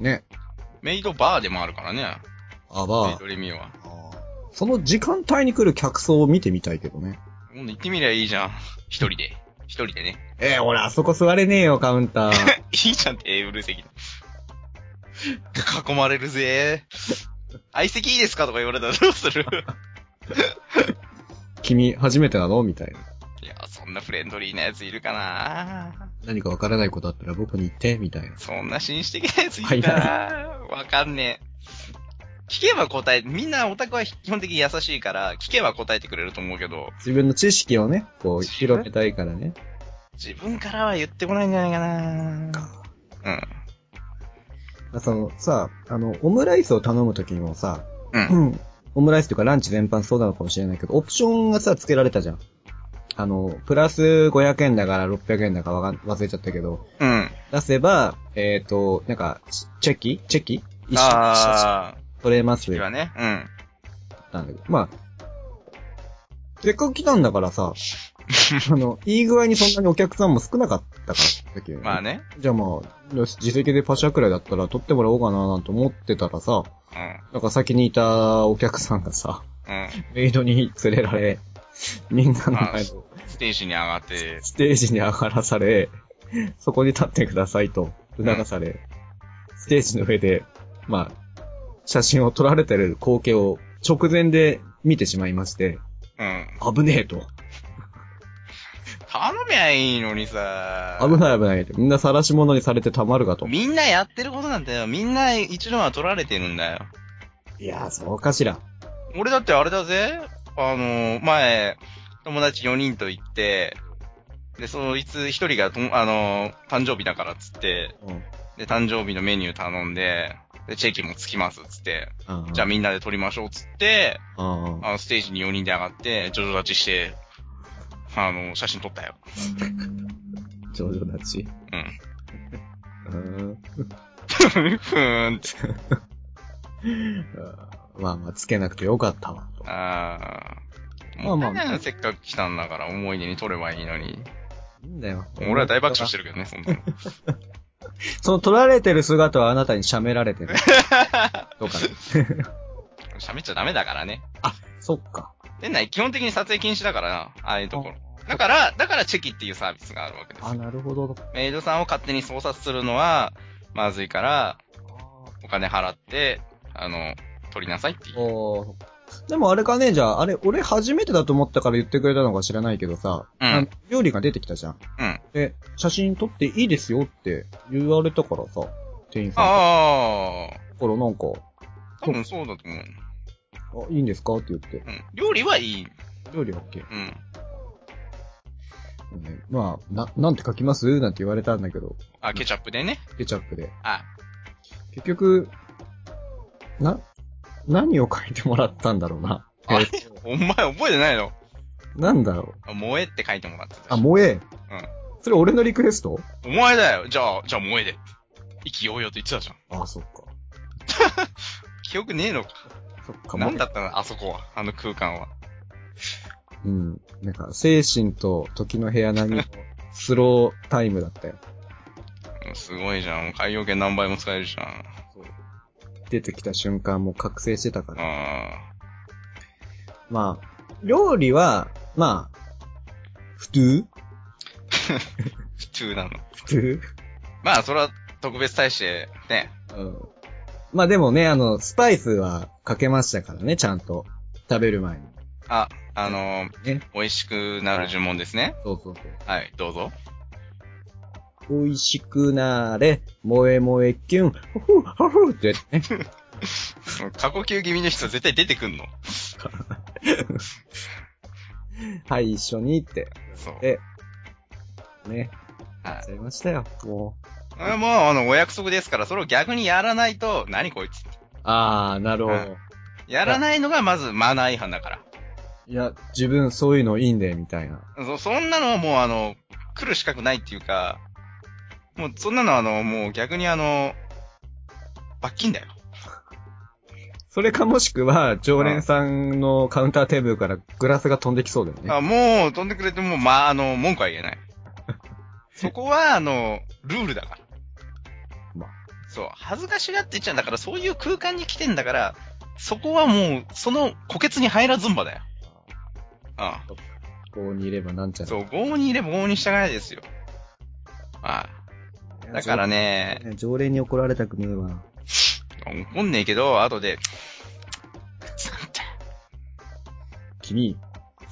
Speaker 1: ね。
Speaker 2: メイドバーでもあるからね。
Speaker 1: あ
Speaker 2: メイ
Speaker 1: ば
Speaker 2: ドレミーは。
Speaker 1: あ。その時間帯に来る客層を見てみたいけどね。
Speaker 2: 今度行ってみりゃいいじゃん。一人で。一人でね。
Speaker 1: えー、俺、あそこ座れねえよ、カウン ター。
Speaker 2: いいじゃん、テーブル席。囲まれるぜ。相席いいですかとか言われたらどうする
Speaker 1: 君、初めてなのみたいな。
Speaker 2: いや、そんなフレンドリーなやついるかな
Speaker 1: 何かわからないことあったら僕に言って、みたいな。
Speaker 2: そんな紳士的なやついるかなわかんねえ。聞けば答え、みんなオタクは基本的に優しいから、聞けば答えてくれると思うけど、
Speaker 1: 自分の知識をね、こう、広めたいからね。
Speaker 2: 自分からは言ってこないんじゃないかな
Speaker 1: あその、さ、あの、オムライスを頼むときにもさ、
Speaker 2: うん。う。
Speaker 1: うんんオムライスというかランチ全般そうなのかもしれないけど、オプションがさ、付けられたじゃん。あの、プラス500円だから600円だかわかん忘れちゃったけど、
Speaker 2: うん。
Speaker 1: 出せば、えっ、と、なんか、チチェキチェキ一緒
Speaker 2: ああ、
Speaker 1: 取れます
Speaker 2: 次
Speaker 1: よ。
Speaker 2: はね。うん。
Speaker 1: なんだけど。まあ、せっかく来たんだから さ、あの、いい具合にそんなにお客さんも少なかったから、だけど
Speaker 2: まあね。
Speaker 1: じゃあまあ、よし、自席でパシャくらいだったら取ってもらおうかななんて思ってたらさ、なんか先にいたお客さんがさ、
Speaker 2: うん。うん。
Speaker 1: メイドに連れられ、みんなの前
Speaker 2: あ
Speaker 1: の
Speaker 2: そステージに上がって、
Speaker 1: ステージに上がらされ、そこに立ってくださいと促され、ステージの上で、まあ、写真を撮られてる光景を直前で見てしまいまして、
Speaker 2: うん。
Speaker 1: 危ねえと。
Speaker 2: 頼めばいいのにさ。
Speaker 1: 危ない危ないと。みんな晒し者にされてたまるかと。
Speaker 2: みんなやってることなんだよ。みんな一度は取られてるんだよ。
Speaker 1: いやー、そうかしら。
Speaker 2: 俺だってあれだぜ。あの、前、友達4人と行って、で、そいつ1人がとも、あの、誕生日だからっつって、
Speaker 1: うん。
Speaker 2: で、誕生日のメニュー頼んで、で、チェキもつきますっつって、じゃあみんなで取りましょうっつって、
Speaker 1: あ、うん。
Speaker 2: あの、ステージに4人で上がって、ジョジョ立ちして、あの、写真撮ったよ。
Speaker 1: 頂上立ち。
Speaker 2: うん。
Speaker 1: う ーん。
Speaker 2: ふーんって。
Speaker 1: まあまあ、つけなくてよかったわ。と
Speaker 2: ああ。
Speaker 1: まあまあ
Speaker 2: もったいないなせっかく来たんだから思い出に取ればいいのに。
Speaker 1: いいんだよ。
Speaker 2: 俺は大爆笑してるけどね、そんなの。
Speaker 1: その撮られてる姿はあなたに喋られて る。どうかね。
Speaker 2: 喋っちゃダメだからね。
Speaker 1: そっか。
Speaker 2: 店内基本的に撮影禁止だからな、ああいうところ。だから、だからチェキっていうサービスがあるわけです
Speaker 1: あ、
Speaker 2: よ。
Speaker 1: なるほど。
Speaker 2: メイドさんを勝手に操作するのはまずいから、お金払って、あの、取りなさいっていう。
Speaker 1: おーでもあれかね、じゃあ、あれ、俺初めてだと思ったから言ってくれたのか知らないけどさ、
Speaker 2: うん
Speaker 1: あの料理が出てきたじゃん。
Speaker 2: うん
Speaker 1: で、写真撮っていいですよって言われたからさ、店員さんから。
Speaker 2: ああ、
Speaker 1: だからなんか、
Speaker 2: 多分そうだと思う。
Speaker 1: あ、いいんですかって言って。
Speaker 2: うん。料理はいい。
Speaker 1: 料理は OK。
Speaker 2: うん。
Speaker 1: ね、まあ、な、なんて書きますなんて言われたんだけど、
Speaker 2: あ、ケチャップでね。
Speaker 1: ケチャップで。
Speaker 2: あ、
Speaker 1: 結局、な、何を書いてもらったんだろうな。
Speaker 2: あ
Speaker 1: え
Speaker 2: れお前覚えてないの
Speaker 1: なんだろう。
Speaker 2: あ萌えって書いてもらってた。
Speaker 1: あ、萌え。
Speaker 2: うん
Speaker 1: それ俺のリクエスト
Speaker 2: お前だよ。じゃあ、じゃあ萌えで。意気揚々と言ってたじゃん。
Speaker 1: あ、そっか。
Speaker 2: 記憶ねえのか。
Speaker 1: そっか、
Speaker 2: なん
Speaker 1: 萌
Speaker 2: だったのあそこは。あの空間は。
Speaker 1: えうん。なんか、精神と時の部屋並みのスロータイムだったよ。
Speaker 2: うんすごいじゃん。海洋券何倍も使えるじゃん。
Speaker 1: そう出てきた瞬間もう覚醒してたから。
Speaker 2: あ
Speaker 1: まあ、料理は、まあ、普通
Speaker 2: あ、普通なの。
Speaker 1: 普通
Speaker 2: まあ、それは特別大して、ね。
Speaker 1: うん。まあでもね、あの、スパイスはかけましたからね、ちゃんと。食べる前に。
Speaker 2: あ、あのー
Speaker 1: ね。
Speaker 2: 美味しくなる呪文ですね。
Speaker 1: そうそう
Speaker 2: はい、どうぞ。
Speaker 1: そう。美味しくなーれ、萌え萌えキュン、ほふ、ほふってやつね。
Speaker 2: 過呼吸気味の人絶対出てくんの。
Speaker 1: はい、一緒にって。
Speaker 2: そう。
Speaker 1: で、ね、や
Speaker 2: は
Speaker 1: っ
Speaker 2: い
Speaker 1: ちゃいましたよ、も
Speaker 2: あもう、あの、お約束ですから、それを逆にやらないと、何こいつ。
Speaker 1: う。あー、なるほど。
Speaker 2: はいやらないのがまずマナー違反だから。
Speaker 1: いや、自分そういうのいいんで、みたいな。
Speaker 2: そそんなのはもうあの、来る資格ないっていうか、もうそんなのはあの、もう逆にあの、罰金だよ。
Speaker 1: それかもしくは、常連さんのカウンターテーブルからグラスが飛んできそうだよね。
Speaker 2: あもう飛んでくれても、まあ、あの、文句は言え ない。そこはあの、ルールだから。
Speaker 1: まあ
Speaker 2: そう、恥ずかしがって言っちゃうんだから、そういう空間に来てんだから、そこはもう、その、虎穴に入らずんばだよ。あ
Speaker 1: こうにいればなんちゃら。
Speaker 2: あそう、合にいれば合に従えですよ。ああだからね、
Speaker 1: ね。常連に怒られたくねえわ。
Speaker 2: 怒んねえけど、後で、
Speaker 1: 君、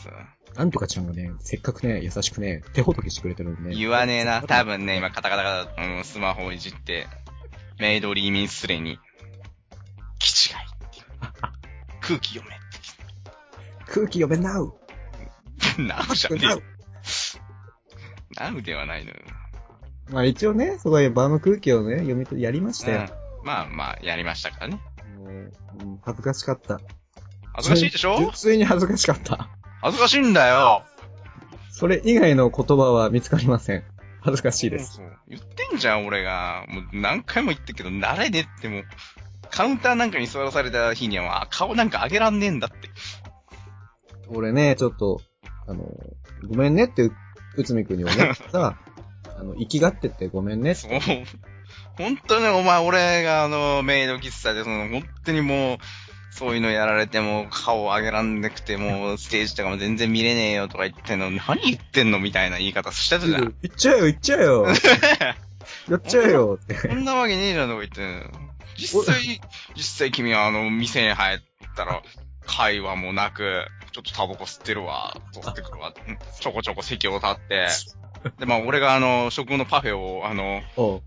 Speaker 2: そう
Speaker 1: なんとかちゃんがね、せっかくね、優しくね、手ほどきしてくれてるんでね。
Speaker 2: 言わねえな。多分ね、今カタカタカタ、うん、スマホをいじって、メイドリーミンスレに、気違いって いう。空気読め っ
Speaker 1: 空気読めなう
Speaker 2: て。なうじゃねえ
Speaker 1: な
Speaker 2: よ
Speaker 1: う。
Speaker 2: なうではないのよ。
Speaker 1: まあ一応ね、すごい場の空気をね、読みと、やりましたよ。
Speaker 2: うんまあまあ、やりましたからね。
Speaker 1: もう、うん恥ずかしかった。
Speaker 2: 恥ずかしいでし
Speaker 1: 純
Speaker 2: ょ
Speaker 1: 粋に恥ずかしかった。
Speaker 2: 恥ずかしいんだよ。
Speaker 1: それ以外の言葉は見つかりません。恥ずかしいです。
Speaker 2: そうそう。言ってんじゃん、俺が。もう何回も言ってるけど、慣れねえってもう、カウンターなんかに座らされた日には、あ顔なんか上げらんねえんだって。
Speaker 1: 俺ね、ちょっと、あの、ごめんねって、うつみくんに思 ってさ、あの、生きがってってごめんねって。
Speaker 2: そう。本当にお前、俺があの、メイド喫茶で、その、本当にもう、そういうのやられても、顔上げらんなくて、もう、ステージとかも全然見れねえよとか言ってんの、何言ってんのみたいな言い方してたじゃん。
Speaker 1: 行っちゃえよ、行っちゃえ よ。やっちゃえよって。
Speaker 2: そんなわけねえじゃんとか言って実際、実際君はあの、店に入ったら、会話もなく、ちょっとタバコ吸ってるわ、取ってくるわ、うんちょこちょこ席を立って、で、まあ俺があの、食後のパフェを、あの、
Speaker 1: おう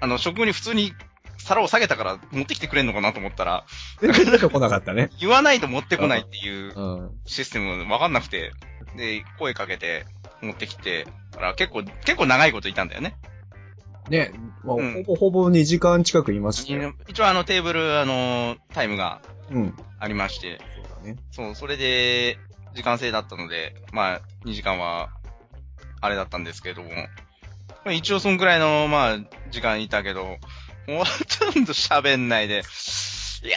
Speaker 2: あの、食後に普通に皿を下げたから持ってきてくれんのかなと思ったら、
Speaker 1: 全然出てこなかったね。
Speaker 2: 言わないと持ってこないっていう
Speaker 1: うん。
Speaker 2: システムわかんなくて、で、声かけて持ってきて、だから結構、結構長いこといたんだよね。
Speaker 1: ね、まあ
Speaker 2: うん
Speaker 1: ほぼほぼ2時間近くいましたよ。
Speaker 2: 一応あのテーブル、あの、タイムが
Speaker 1: うん。
Speaker 2: ありまして、
Speaker 1: そうだね。
Speaker 2: そう、それで、時間制だったので、まあ、2時間は、あれだったんですけども、まあ、一応そんくらいの、まあ、時間いたけど、もうほとんど喋んないで、いやー、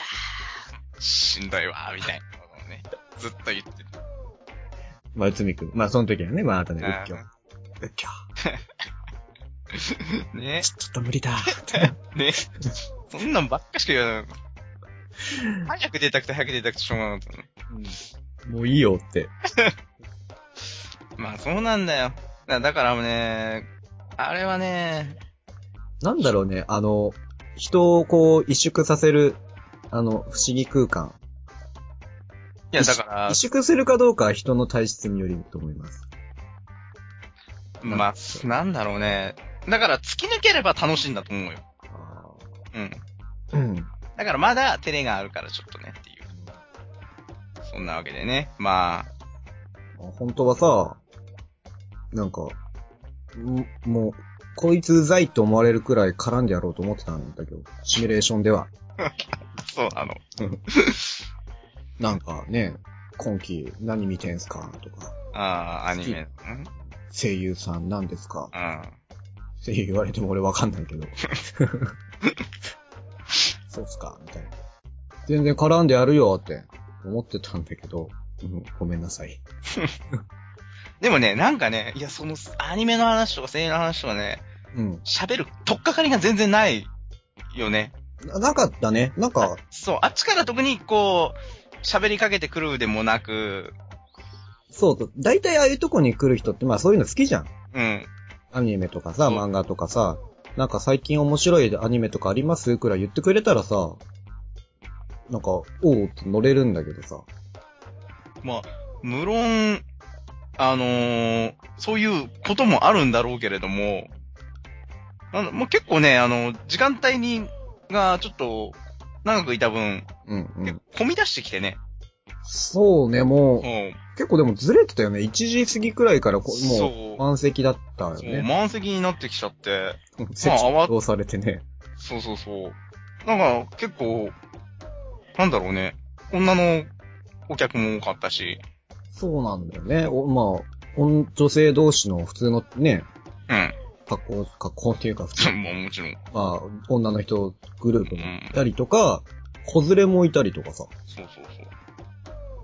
Speaker 2: しんどいわー、みたいなことをね、ずっと言ってた。
Speaker 1: まあ、うつみくん。まあ、その時はね、まあ、あとね、う
Speaker 2: あ
Speaker 1: っきょ。うっきょ。
Speaker 2: ね、
Speaker 1: ちょっと無理だ。
Speaker 2: ね、そんなんばっかしか言わなかった。早く出たくて早く出たくてしょうがなかったの。
Speaker 1: もういいよって。
Speaker 2: まあ、そうなんだよ。だだからね、あれはね、
Speaker 1: なんだろうね、あの、人をこう、萎縮させる、あの、不思議空間。
Speaker 2: いや、だから
Speaker 1: 萎、縮するかどうかは人の体質によりと思います。
Speaker 2: まあ、なんだろうね。だから、突き抜ければ楽しいんだと思うよ。うん。
Speaker 1: うん。
Speaker 2: だから、まだ、照れがあるから、ちょっとね、っていう。そんなわけでね。ま
Speaker 1: 本当はさ、なんか、んもう、こいつうざいと思われるくらい絡んでやろうと思ってたんだけど、シミュレーションでは。
Speaker 2: あ、そう、あの、
Speaker 1: なんかね、今期何見てんすかとか、
Speaker 2: ああ、アニメ。うん。
Speaker 1: 声優さんなんですか
Speaker 2: うん。
Speaker 1: って言われても俺わかんないけど。そうっすかみたいな。全然絡んでやるよって思ってたんだけど、うん、ごめんなさい。
Speaker 2: でもね、なんかね、いや、その、アニメの話とか、声優の話とかね、
Speaker 1: うん。
Speaker 2: 喋る、とっかかりが全然ないよね。
Speaker 1: ななかったね。なんか、
Speaker 2: そう、あっちから特にこう、喋りかけてくるでもなく、
Speaker 1: そう、だいたいああいうとこに来る人って、まあそういうの好きじゃん。
Speaker 2: うん。
Speaker 1: アニメとかさ、
Speaker 2: うん
Speaker 1: 漫画とかさ、なんか最近面白いアニメとかありますくらい言ってくれたらさ、なんか、おうって乗れるんだけどさ。
Speaker 2: まあ、無論、あのーそういうこともあるんだろうけれども、なんだもう結構ね、あの、時間帯に、がちょっと、長くいた分、
Speaker 1: うんう
Speaker 2: 結
Speaker 1: ん。
Speaker 2: 構混み出してきてね。
Speaker 1: そうね、もう、
Speaker 2: うん
Speaker 1: 結構でもずれてたよね。1時過ぎくらいからこ、
Speaker 2: そ
Speaker 1: もう、
Speaker 2: う
Speaker 1: 満席だったよ
Speaker 2: そう、
Speaker 1: ね。
Speaker 2: 満席になってきちゃって、
Speaker 1: 席
Speaker 2: まあ
Speaker 1: どうされてね。
Speaker 2: そうそうそう。なんか、結構、なんだろうね、女のお客も多かったし、
Speaker 1: そうなんだよね。おまあ、お女性同士の普通のね、
Speaker 2: う
Speaker 1: 格好、格好っていう か、普通
Speaker 2: ん。まあ もちろん。
Speaker 1: まあ、女の人グループ
Speaker 2: う
Speaker 1: もい
Speaker 2: ん。
Speaker 1: たりとか、子連れもいたりとかさ。
Speaker 2: そうそうそう。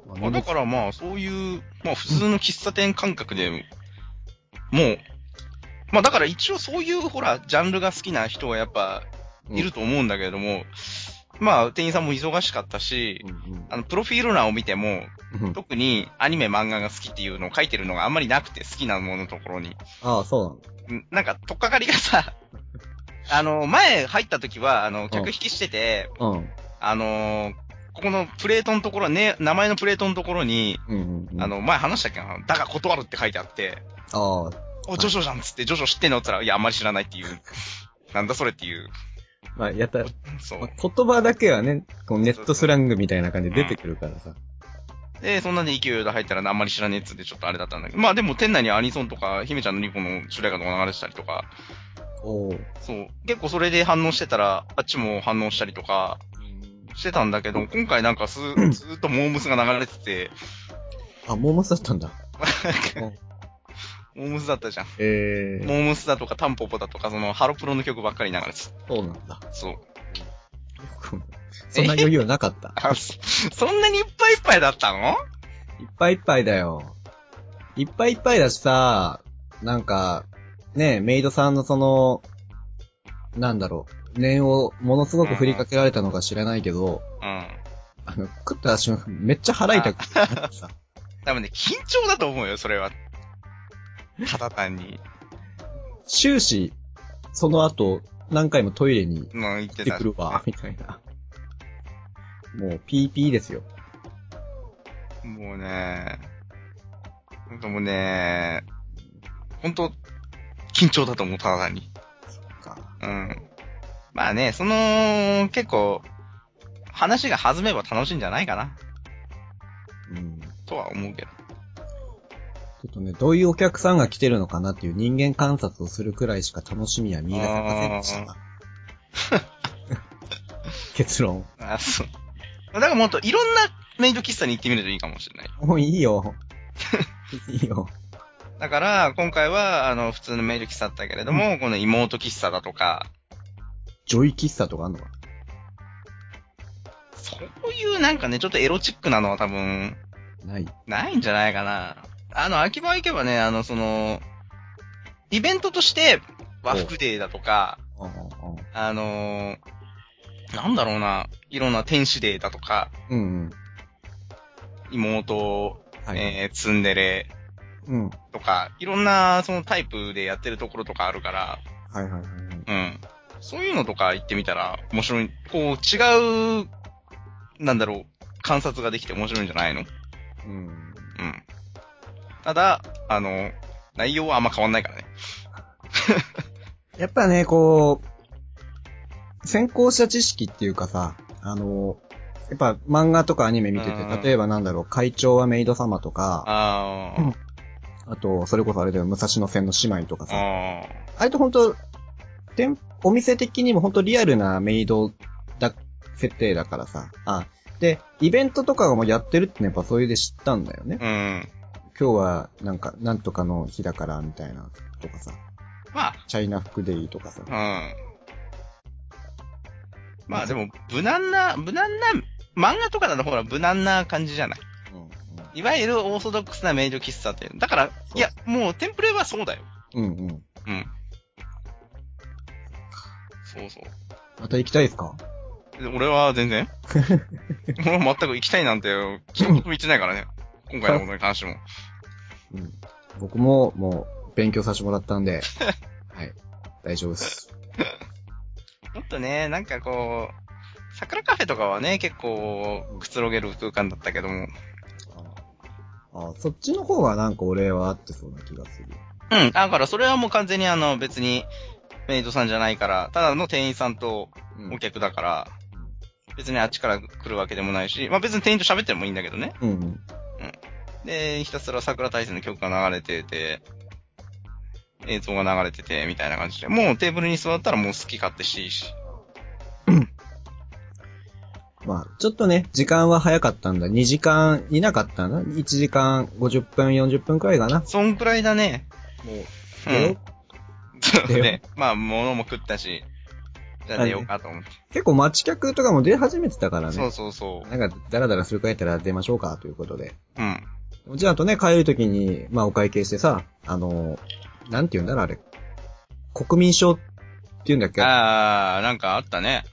Speaker 1: ま
Speaker 2: まあ、だからまあ、そういう、まあ、普通の喫茶店感覚で、もう、まあ、だから一応そういう、ほら、ジャンルが好きな人はやっぱ、いると思うんだけれども、まあ、店員さんも忙しかったし、
Speaker 1: うん
Speaker 2: あの、プロフィール欄を見ても、
Speaker 1: うん、
Speaker 2: 特にアニメ漫画が好きっていうのを書いてるのがあんまりなくて、好きなもののところに。
Speaker 1: ああ、そうなんだ。
Speaker 2: んなんか、とっかかりがさ、 あの、前入った時は、あの、客引きしてて、
Speaker 1: うん。
Speaker 2: あのーここのプレートのところ、ね、名前のプレートのところに、
Speaker 1: うん、うん。
Speaker 2: あ、の、前話したっけなだが断るって書いてあって、
Speaker 1: ああ、
Speaker 2: お、ジョジョじゃんっつって、ジョジョ知ってんのって言ったら、いや、あんまり知らないっていう。なんだそれっていう。
Speaker 1: まあ、やった、
Speaker 2: そ
Speaker 1: まあ
Speaker 2: う。
Speaker 1: 言葉だけはね、こうネットスラングみたいな感じで出てくるからさ。
Speaker 2: で、そんなんで勢いで入ったら、あんまり知らねえっつってちょっとあれだったんだけど。まあでも、店内にアニソンとか、姫ちゃんのリコの主題歌とか流れてたりとか、
Speaker 1: おー
Speaker 2: そう。結構それで反応してたら、あっちも反応したりとか、してたんだけど、今回なん かす、ずーっとモームスが流れてて、
Speaker 1: あ、モーマスだったんだ。
Speaker 2: モームスだったじゃん。
Speaker 1: え
Speaker 2: モームスだとか、タンポポだとか、その、ハロプロの曲ばっかり流れてた。
Speaker 1: そうなんだ。
Speaker 2: そう。
Speaker 1: そんな余裕はなか った。
Speaker 2: あ、そそんなにいっぱいいっぱいだったの
Speaker 1: いっぱいいっぱいだよ。いっぱいいっぱいだしさ、なんか、ねメイドさんのその、なんだろう、念をものすごく振りかけられたのか知らないけど、
Speaker 2: うん。
Speaker 1: あの、食った瞬間めっちゃ腹痛くてなんかさ、
Speaker 2: 多分ね、緊張だと思うよ、それは。ただ単に。
Speaker 1: 終始、その後、何回もトイレに
Speaker 2: まあ、言っ
Speaker 1: 行ってて
Speaker 2: た。
Speaker 1: くるわ、みたいな。もう、ピーピーですよ。
Speaker 2: もうね、なんかもうね、ほんと、緊張だと思う、ただ単に。
Speaker 1: か
Speaker 2: うん。まあね、その、結構、話が弾めば楽しいんじゃないかな、
Speaker 1: うん。ち
Speaker 2: とは思うけど。
Speaker 1: ょっとね、どういうお客さんが来てるのかなっていう人間観察をするくらいしか楽しみは見出せませんでしたな。 結論。
Speaker 2: あ、そう。だからもっといろんなメイド喫茶に行ってみるといいかもしれない。
Speaker 1: もういい よ。いいよ。
Speaker 2: だから、今回は、あの、普通のメイド喫茶だったけれども、この妹喫茶だとか、
Speaker 1: ジョイ喫茶とかあんのか
Speaker 2: そういうなんかね、ちょっとエロチックなのは多分、
Speaker 1: ない。
Speaker 2: ないんじゃないかな。あの、秋葉行けばね、あの、その、イベントとして、和服デーだとか、
Speaker 1: ああああ
Speaker 2: あのーなんだろうな、いろんな天使デーだとか、
Speaker 1: うんうん。
Speaker 2: 妹、
Speaker 1: はい。
Speaker 2: えー、ツンデレ
Speaker 1: うん。
Speaker 2: とか、いろんな、そのタイプでやってるところとかあるから、
Speaker 1: はいはいはいはい。
Speaker 2: うん。そういうのとか行ってみたら面白い。こう、違う、なんだろう、観察ができて面白いんじゃないの
Speaker 1: うん。
Speaker 2: うん。ただ、あの、内容はあんま変わんないからね。
Speaker 1: やっぱね、こう、先行した知識っていうかさ、あの、やっぱ漫画とかアニメ見て
Speaker 2: うんうん
Speaker 1: て、例えばなんだろう、会長はメイド様とか、
Speaker 2: あ
Speaker 1: う
Speaker 2: ー
Speaker 1: んあと、それこそあれだよ、武蔵野線の姉妹とかさ、あ
Speaker 2: あー。
Speaker 1: れと本当店お店的にも本当リアルなメイドだ、設定だからさ、あ、で、イベントとかもやってるってのはやっぱそれで知ったんだよね。
Speaker 2: うん。
Speaker 1: 今日はなんか、なんとかの日だからみたいな、とかさ、
Speaker 2: ま
Speaker 1: チャイナ服デイとかさ、
Speaker 2: あ、うん。まあでも、無難な、無難な、漫画とかだとほら無難な感じじゃない。いわゆるオーソドックスなメイド喫茶っていう。だから、いや、もうテンプレはそうだよ。
Speaker 1: うんうん。うんうん。
Speaker 2: うん。そうそう。
Speaker 1: また行きたいですか
Speaker 2: 俺は全 然俺は全く行きたいなんて、ちょっと言ってないからね。今回のことに関しても。
Speaker 1: うん。僕も、もう、勉強させてもらったん で、はい。大丈夫です。
Speaker 2: もっとね、なんかこう、桜カフェとかはね、結構、くつろげる空間だったけども。
Speaker 1: ああ、そっちの方がなんか俺は合ってそうな気がする。
Speaker 2: うん、だからそれはもう完全にあの、別に、メイドさんじゃないから、ただの店員さんと
Speaker 1: うん
Speaker 2: お客だから、別にあっちから来るわけでもないし、まあ別に店員と喋ってもいいんだけどね。
Speaker 1: うんうん。
Speaker 2: で、ひたすら桜大戦の曲が流れてて、映像が流れてて、みたいな感じで。もうテーブルに座ったらもう好き勝手していいし。
Speaker 1: まあ、ちょっとね、時間は早かったんだ。2時間いなかったな。1時間50分、40分くらいかな。
Speaker 2: そんくらいだね。
Speaker 1: も
Speaker 2: う
Speaker 1: うんん、
Speaker 2: そう
Speaker 1: だよ
Speaker 2: ね。まあ、物も食ったし、じゃあ出ようかと思って。
Speaker 1: 結構街客とかも出始めてたから
Speaker 2: そう
Speaker 1: ね。
Speaker 2: そうそう。
Speaker 1: なんか、ダラダラするくらいだったら出ましょうか、ということで。
Speaker 2: うん。
Speaker 1: じゃあ、あとね、帰るときに、まあ、お会計してさ、あの、なんて言うんだろう、あれ。国民証って言うんだっけ
Speaker 2: ああ、なんかあったね。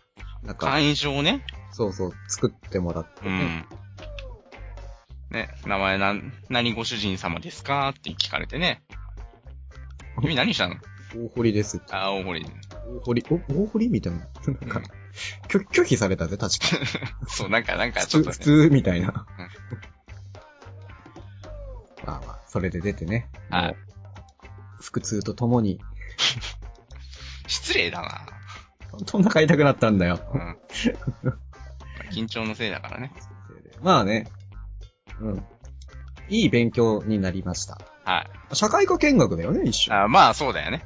Speaker 1: なんか、
Speaker 2: 会員証をね。
Speaker 1: そうそう、作ってもらって。
Speaker 2: うん。ね、名前なん、何ご主人様ですかって聞かれて ね。君何したの
Speaker 1: 大堀ですって。
Speaker 2: ああ、大堀。
Speaker 1: 大堀、お、大堀みたいな。なんか、拒拒否されたぜ、確か。
Speaker 2: そう、なんか、なんか、
Speaker 1: 普
Speaker 2: ちょ
Speaker 1: 通、
Speaker 2: っと、ね
Speaker 1: 普、通みたいな。まあまあ、それで出てね。も
Speaker 2: はい
Speaker 1: う腹痛とともに、
Speaker 2: 失礼だな。
Speaker 1: どんな買いたくなったんだよ。
Speaker 2: うん。まあ緊張のせいだからね。
Speaker 1: まあね。うん。いい勉強になりました。
Speaker 2: はい。
Speaker 1: 社会科見学だよね、一緒。
Speaker 2: あーまあ、そうだよね。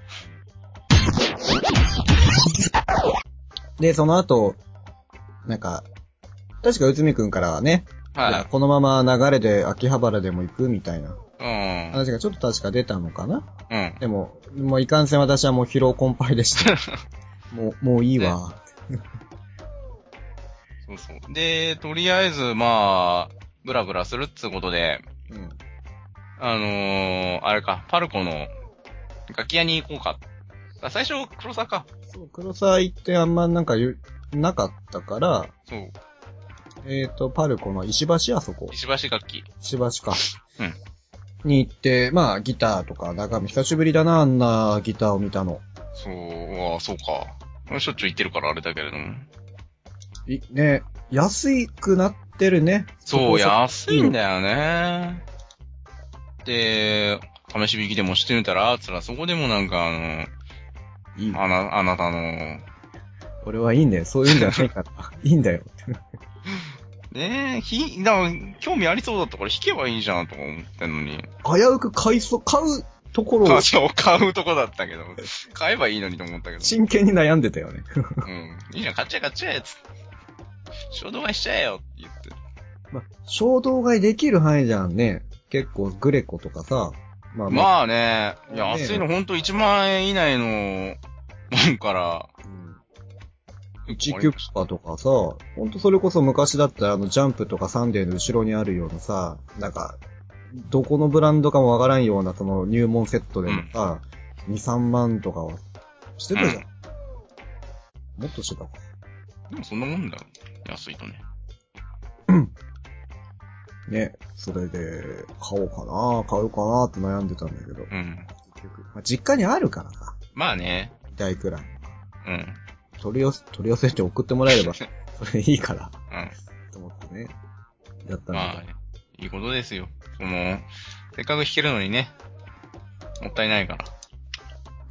Speaker 1: で、その後、なんか、確か内海くんからはね、いや
Speaker 2: は。
Speaker 1: このまま流れで秋葉原でも行くみたいない
Speaker 2: うん。
Speaker 1: 話がちょっと確か出たのかな
Speaker 2: うん。
Speaker 1: でも、もういかんせん私はもう疲労困憊で した。もう、もういいわ。
Speaker 2: そうそう。で、とりあえず、まあ、ブラブラするっつうことで、
Speaker 1: うん。
Speaker 2: あのー、あれか、パルコの楽器屋に行こうか。あ最初、黒沢か。
Speaker 1: そう、黒沢行ってあんまなんか言うなかったから、
Speaker 2: そう。
Speaker 1: えっ、と、パルコの石橋あそこ。
Speaker 2: 石橋楽器。
Speaker 1: 石橋か。に行って、まあ、ギターとか、中身久しぶりだな、あんなギターを見たの。
Speaker 2: そう、ああ、そうか。しょっちゅう行ってるからあれだけれども。
Speaker 1: い、ね、安いくなってるね。
Speaker 2: そう、
Speaker 1: や。
Speaker 2: 安いんだよね。で、試し引きでもしてみたら、つらそこでもなんかあの、
Speaker 1: いい。
Speaker 2: あな、あなたの、
Speaker 1: 俺はいいんだよ。そういうんじゃない から。いいんだよ。
Speaker 2: ねえ、ひ、だから興味ありそうだったから弾けばいいじゃんとか思ってんのに。
Speaker 1: 危うく買いそう、買うところ
Speaker 2: ま
Speaker 1: を
Speaker 2: あそう、買うとこだったけど、買えばいいのにと思ったけど。
Speaker 1: 真剣に悩んでたよね。
Speaker 2: うん。いいじゃん、買っちゃえ買っちゃえ、つって。衝動買いしちゃえよって言って。
Speaker 1: まあ、衝動買いできる範囲じゃんね。結構、グレコとかさ。まああ。
Speaker 2: まあね、いや、
Speaker 1: ね
Speaker 2: 安いのほんと1万円以内の、もんから、
Speaker 1: うん1キュッパとかさ、ほんとそれこそ昔だったらあのジャンプとかサンデーの後ろにあるようなさ、なんか、どこのブランドかもわからんようなその入門セットでもさ、2、3万とかはしてたじゃん。もっとしてたか。
Speaker 2: でもそんなもんだよ。安いとね。
Speaker 1: ね、それで、買おうかな、買おうかなって悩んでたんだけど、
Speaker 2: うん。
Speaker 1: 結局、まあ、実家にあるからさ、
Speaker 2: まあね、
Speaker 1: 大くらい。
Speaker 2: うん。うん。
Speaker 1: 取り寄せ、取り寄せて送ってもらえれ ば、それいいから、と思ってね、やったんだけど。
Speaker 2: まあ、いいことですよ。その、せっかく弾けるのにね、もったいないから。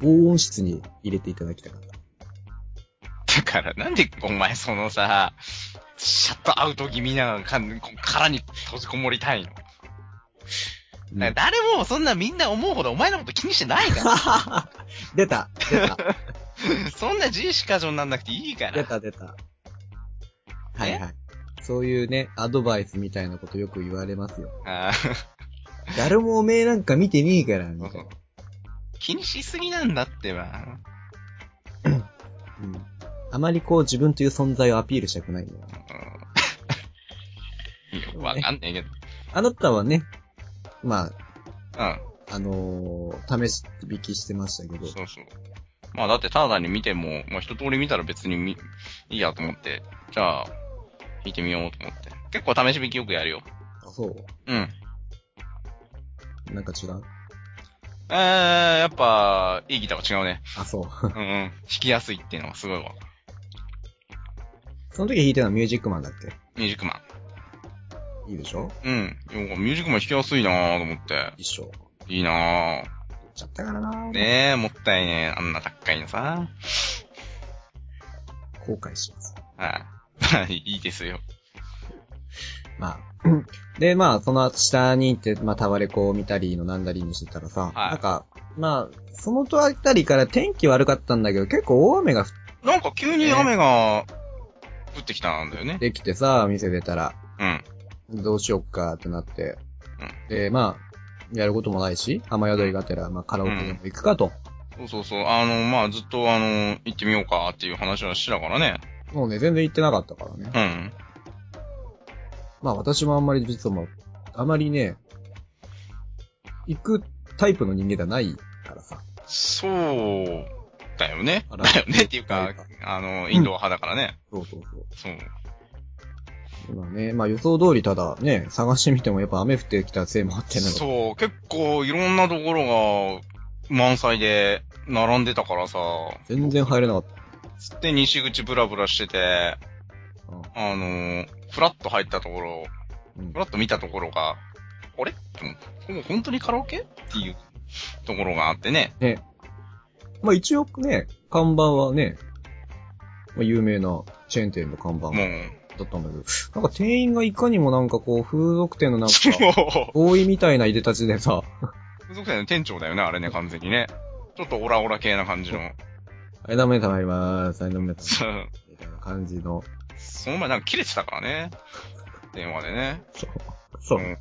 Speaker 1: 防音室に入れていただきたかった。
Speaker 2: だから、なんでお前そのさ、シャットアウト気味なかんこ殻に閉じこもりたいの。だから誰もそんなみんな思うほどお前のこと気にしてないか
Speaker 1: 出た出た
Speaker 2: ら。そんな自意識過剰になんなくていいか
Speaker 1: 出
Speaker 2: ら。
Speaker 1: た出た。はいはい。そういうね、アドバイスみたいなことよく言われますよ。
Speaker 2: あー
Speaker 1: 誰もおめえなんか見てねえから、みたいな。
Speaker 2: 気にしすぎなんだってば。
Speaker 1: うん。あまりこう自分という存在をアピールしたくないんだよね。
Speaker 2: うん いやわかんないけど。
Speaker 1: あなたはね、まあ、
Speaker 2: うん。
Speaker 1: あのー試し引きしてましたけど、
Speaker 2: そうそう。まあだってただ単に見ても、まあ一通り見たら別にみいいやと思って、じゃあ、弾いてみようと思って。結構試し弾きよくやるよ。
Speaker 1: あ、そう。
Speaker 2: うん。
Speaker 1: なんか違う
Speaker 2: えー、やっぱ、いいギターは違う ね。
Speaker 1: あ、そう。
Speaker 2: うんうん。弾きやすいっていうのはすごいわ。
Speaker 1: その時弾いてたのはミュージックマンだっ
Speaker 2: ミュージックマン。
Speaker 1: けいいでしょ
Speaker 2: うん。いやミュージックマン弾きやすいなぁと思って。
Speaker 1: 一緒。
Speaker 2: いいなぁ。
Speaker 1: やっちゃったからな
Speaker 2: ねえ、もったいねえ。あんな高いのさ。
Speaker 1: 後悔します。
Speaker 2: はい。 いいですよ。
Speaker 1: まあ。で、まあ、その下に行って、まあ、タワレコを見たりのなんだりにしてたらさ、
Speaker 2: はい
Speaker 1: なんか、まあ、そのとあたりから天気悪かったんだけど、結構大雨が降
Speaker 2: なんか急に雨が降ってきたんだよ
Speaker 1: っ
Speaker 2: ね。
Speaker 1: てきてさ、店出たら、
Speaker 2: うん。
Speaker 1: どうしよっかってなって、で、まあ、やることもないし、雨宿りがてら、まあ、カラオケでも行くかと。
Speaker 2: そうそうそう。あの、まあ、ずっと、あの、行ってみようかっていう話はしてたからね。
Speaker 1: もうね、全然行ってなかったからね。
Speaker 2: うん。
Speaker 1: まあ、私もあんまり実はもう、あまりね、行くタイプの人間ではないからさ。
Speaker 2: そう、だよね。
Speaker 1: あら
Speaker 2: だよねっていう
Speaker 1: は
Speaker 2: か
Speaker 1: い、
Speaker 2: あの、インドア派だからね。
Speaker 1: そうそうそう。
Speaker 2: そう。
Speaker 1: まあね、まあ予想通りただね、探してみてもやっぱ雨降ってきたせいもあってなの。う。
Speaker 2: そう、結構いろんなところが満載で並んでたからさ、
Speaker 1: 全然入れなかっ
Speaker 2: つって西口ブラブラしてて、
Speaker 1: たな。
Speaker 2: あの、フラッと入ったところ、
Speaker 1: うん
Speaker 2: フ。ラッと見たところが、あれって思ってここ本当にカラオケっていうところがあってね。
Speaker 1: ね。まあ一応ね、看板はね、まあ、有名なチェーン店の看板
Speaker 2: も
Speaker 1: だ
Speaker 2: う、
Speaker 1: ったんだけど、なんか店員がいかにもなんかこう、風俗店のなんか、
Speaker 2: そう。
Speaker 1: ボーイみたいないでたちでさ、
Speaker 2: 風俗店の店長だよね、あれね、完全にね。ちょっとオラオラ系な感じ の。
Speaker 1: はい、ダメたまりまーす。はい、ダメたまります。
Speaker 2: そう
Speaker 1: みたいな感じの。
Speaker 2: その前なんか切れてたからね。電話でね。
Speaker 1: そう。そう。
Speaker 2: ん。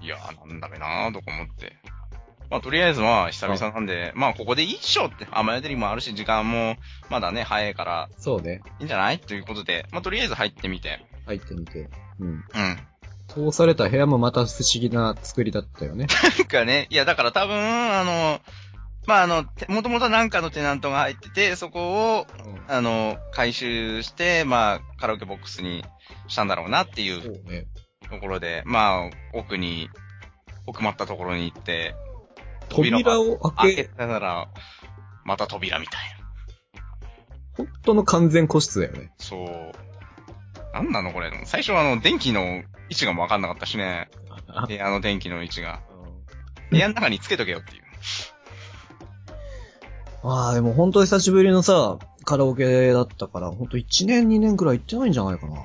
Speaker 2: いやー、なんだべなーとか思って。まあ、とりあえずまあ、久々なんで、まあ、ここでいいっしょって、雨宿りもあるし、時間も、まだね、早いから、
Speaker 1: そうね。
Speaker 2: いいんじゃないということで、まあ、とりあえず入ってみて。
Speaker 1: 入ってみて。うん。
Speaker 2: うん。
Speaker 1: 通された部屋もまた不思議な作りだったよね。
Speaker 2: なんかね、いや、だから多分、あの、まあ、あの、もともとなんかのテナントが入ってて、そこを、
Speaker 1: うん
Speaker 2: あの、回収して、まあ、カラオケボックスにしたんだろうなっていう
Speaker 1: そうね。
Speaker 2: ところで、まあ、奥に、奥まったところに行って、
Speaker 1: 扉を
Speaker 2: 開
Speaker 1: 開
Speaker 2: け
Speaker 1: け、
Speaker 2: たなら、また扉みたいな。
Speaker 1: 本当の完全個室だよね。
Speaker 2: そう。なんなのこれ。最初はあの、電気の位置がもうわかんなかったし ね。部屋の電気の位置が。部屋の中につけとけよっていう。
Speaker 1: ああ、でも本当久しぶりのさ、カラオケだったから、本当1年2年くらい行ってないんじゃないかな。
Speaker 2: うー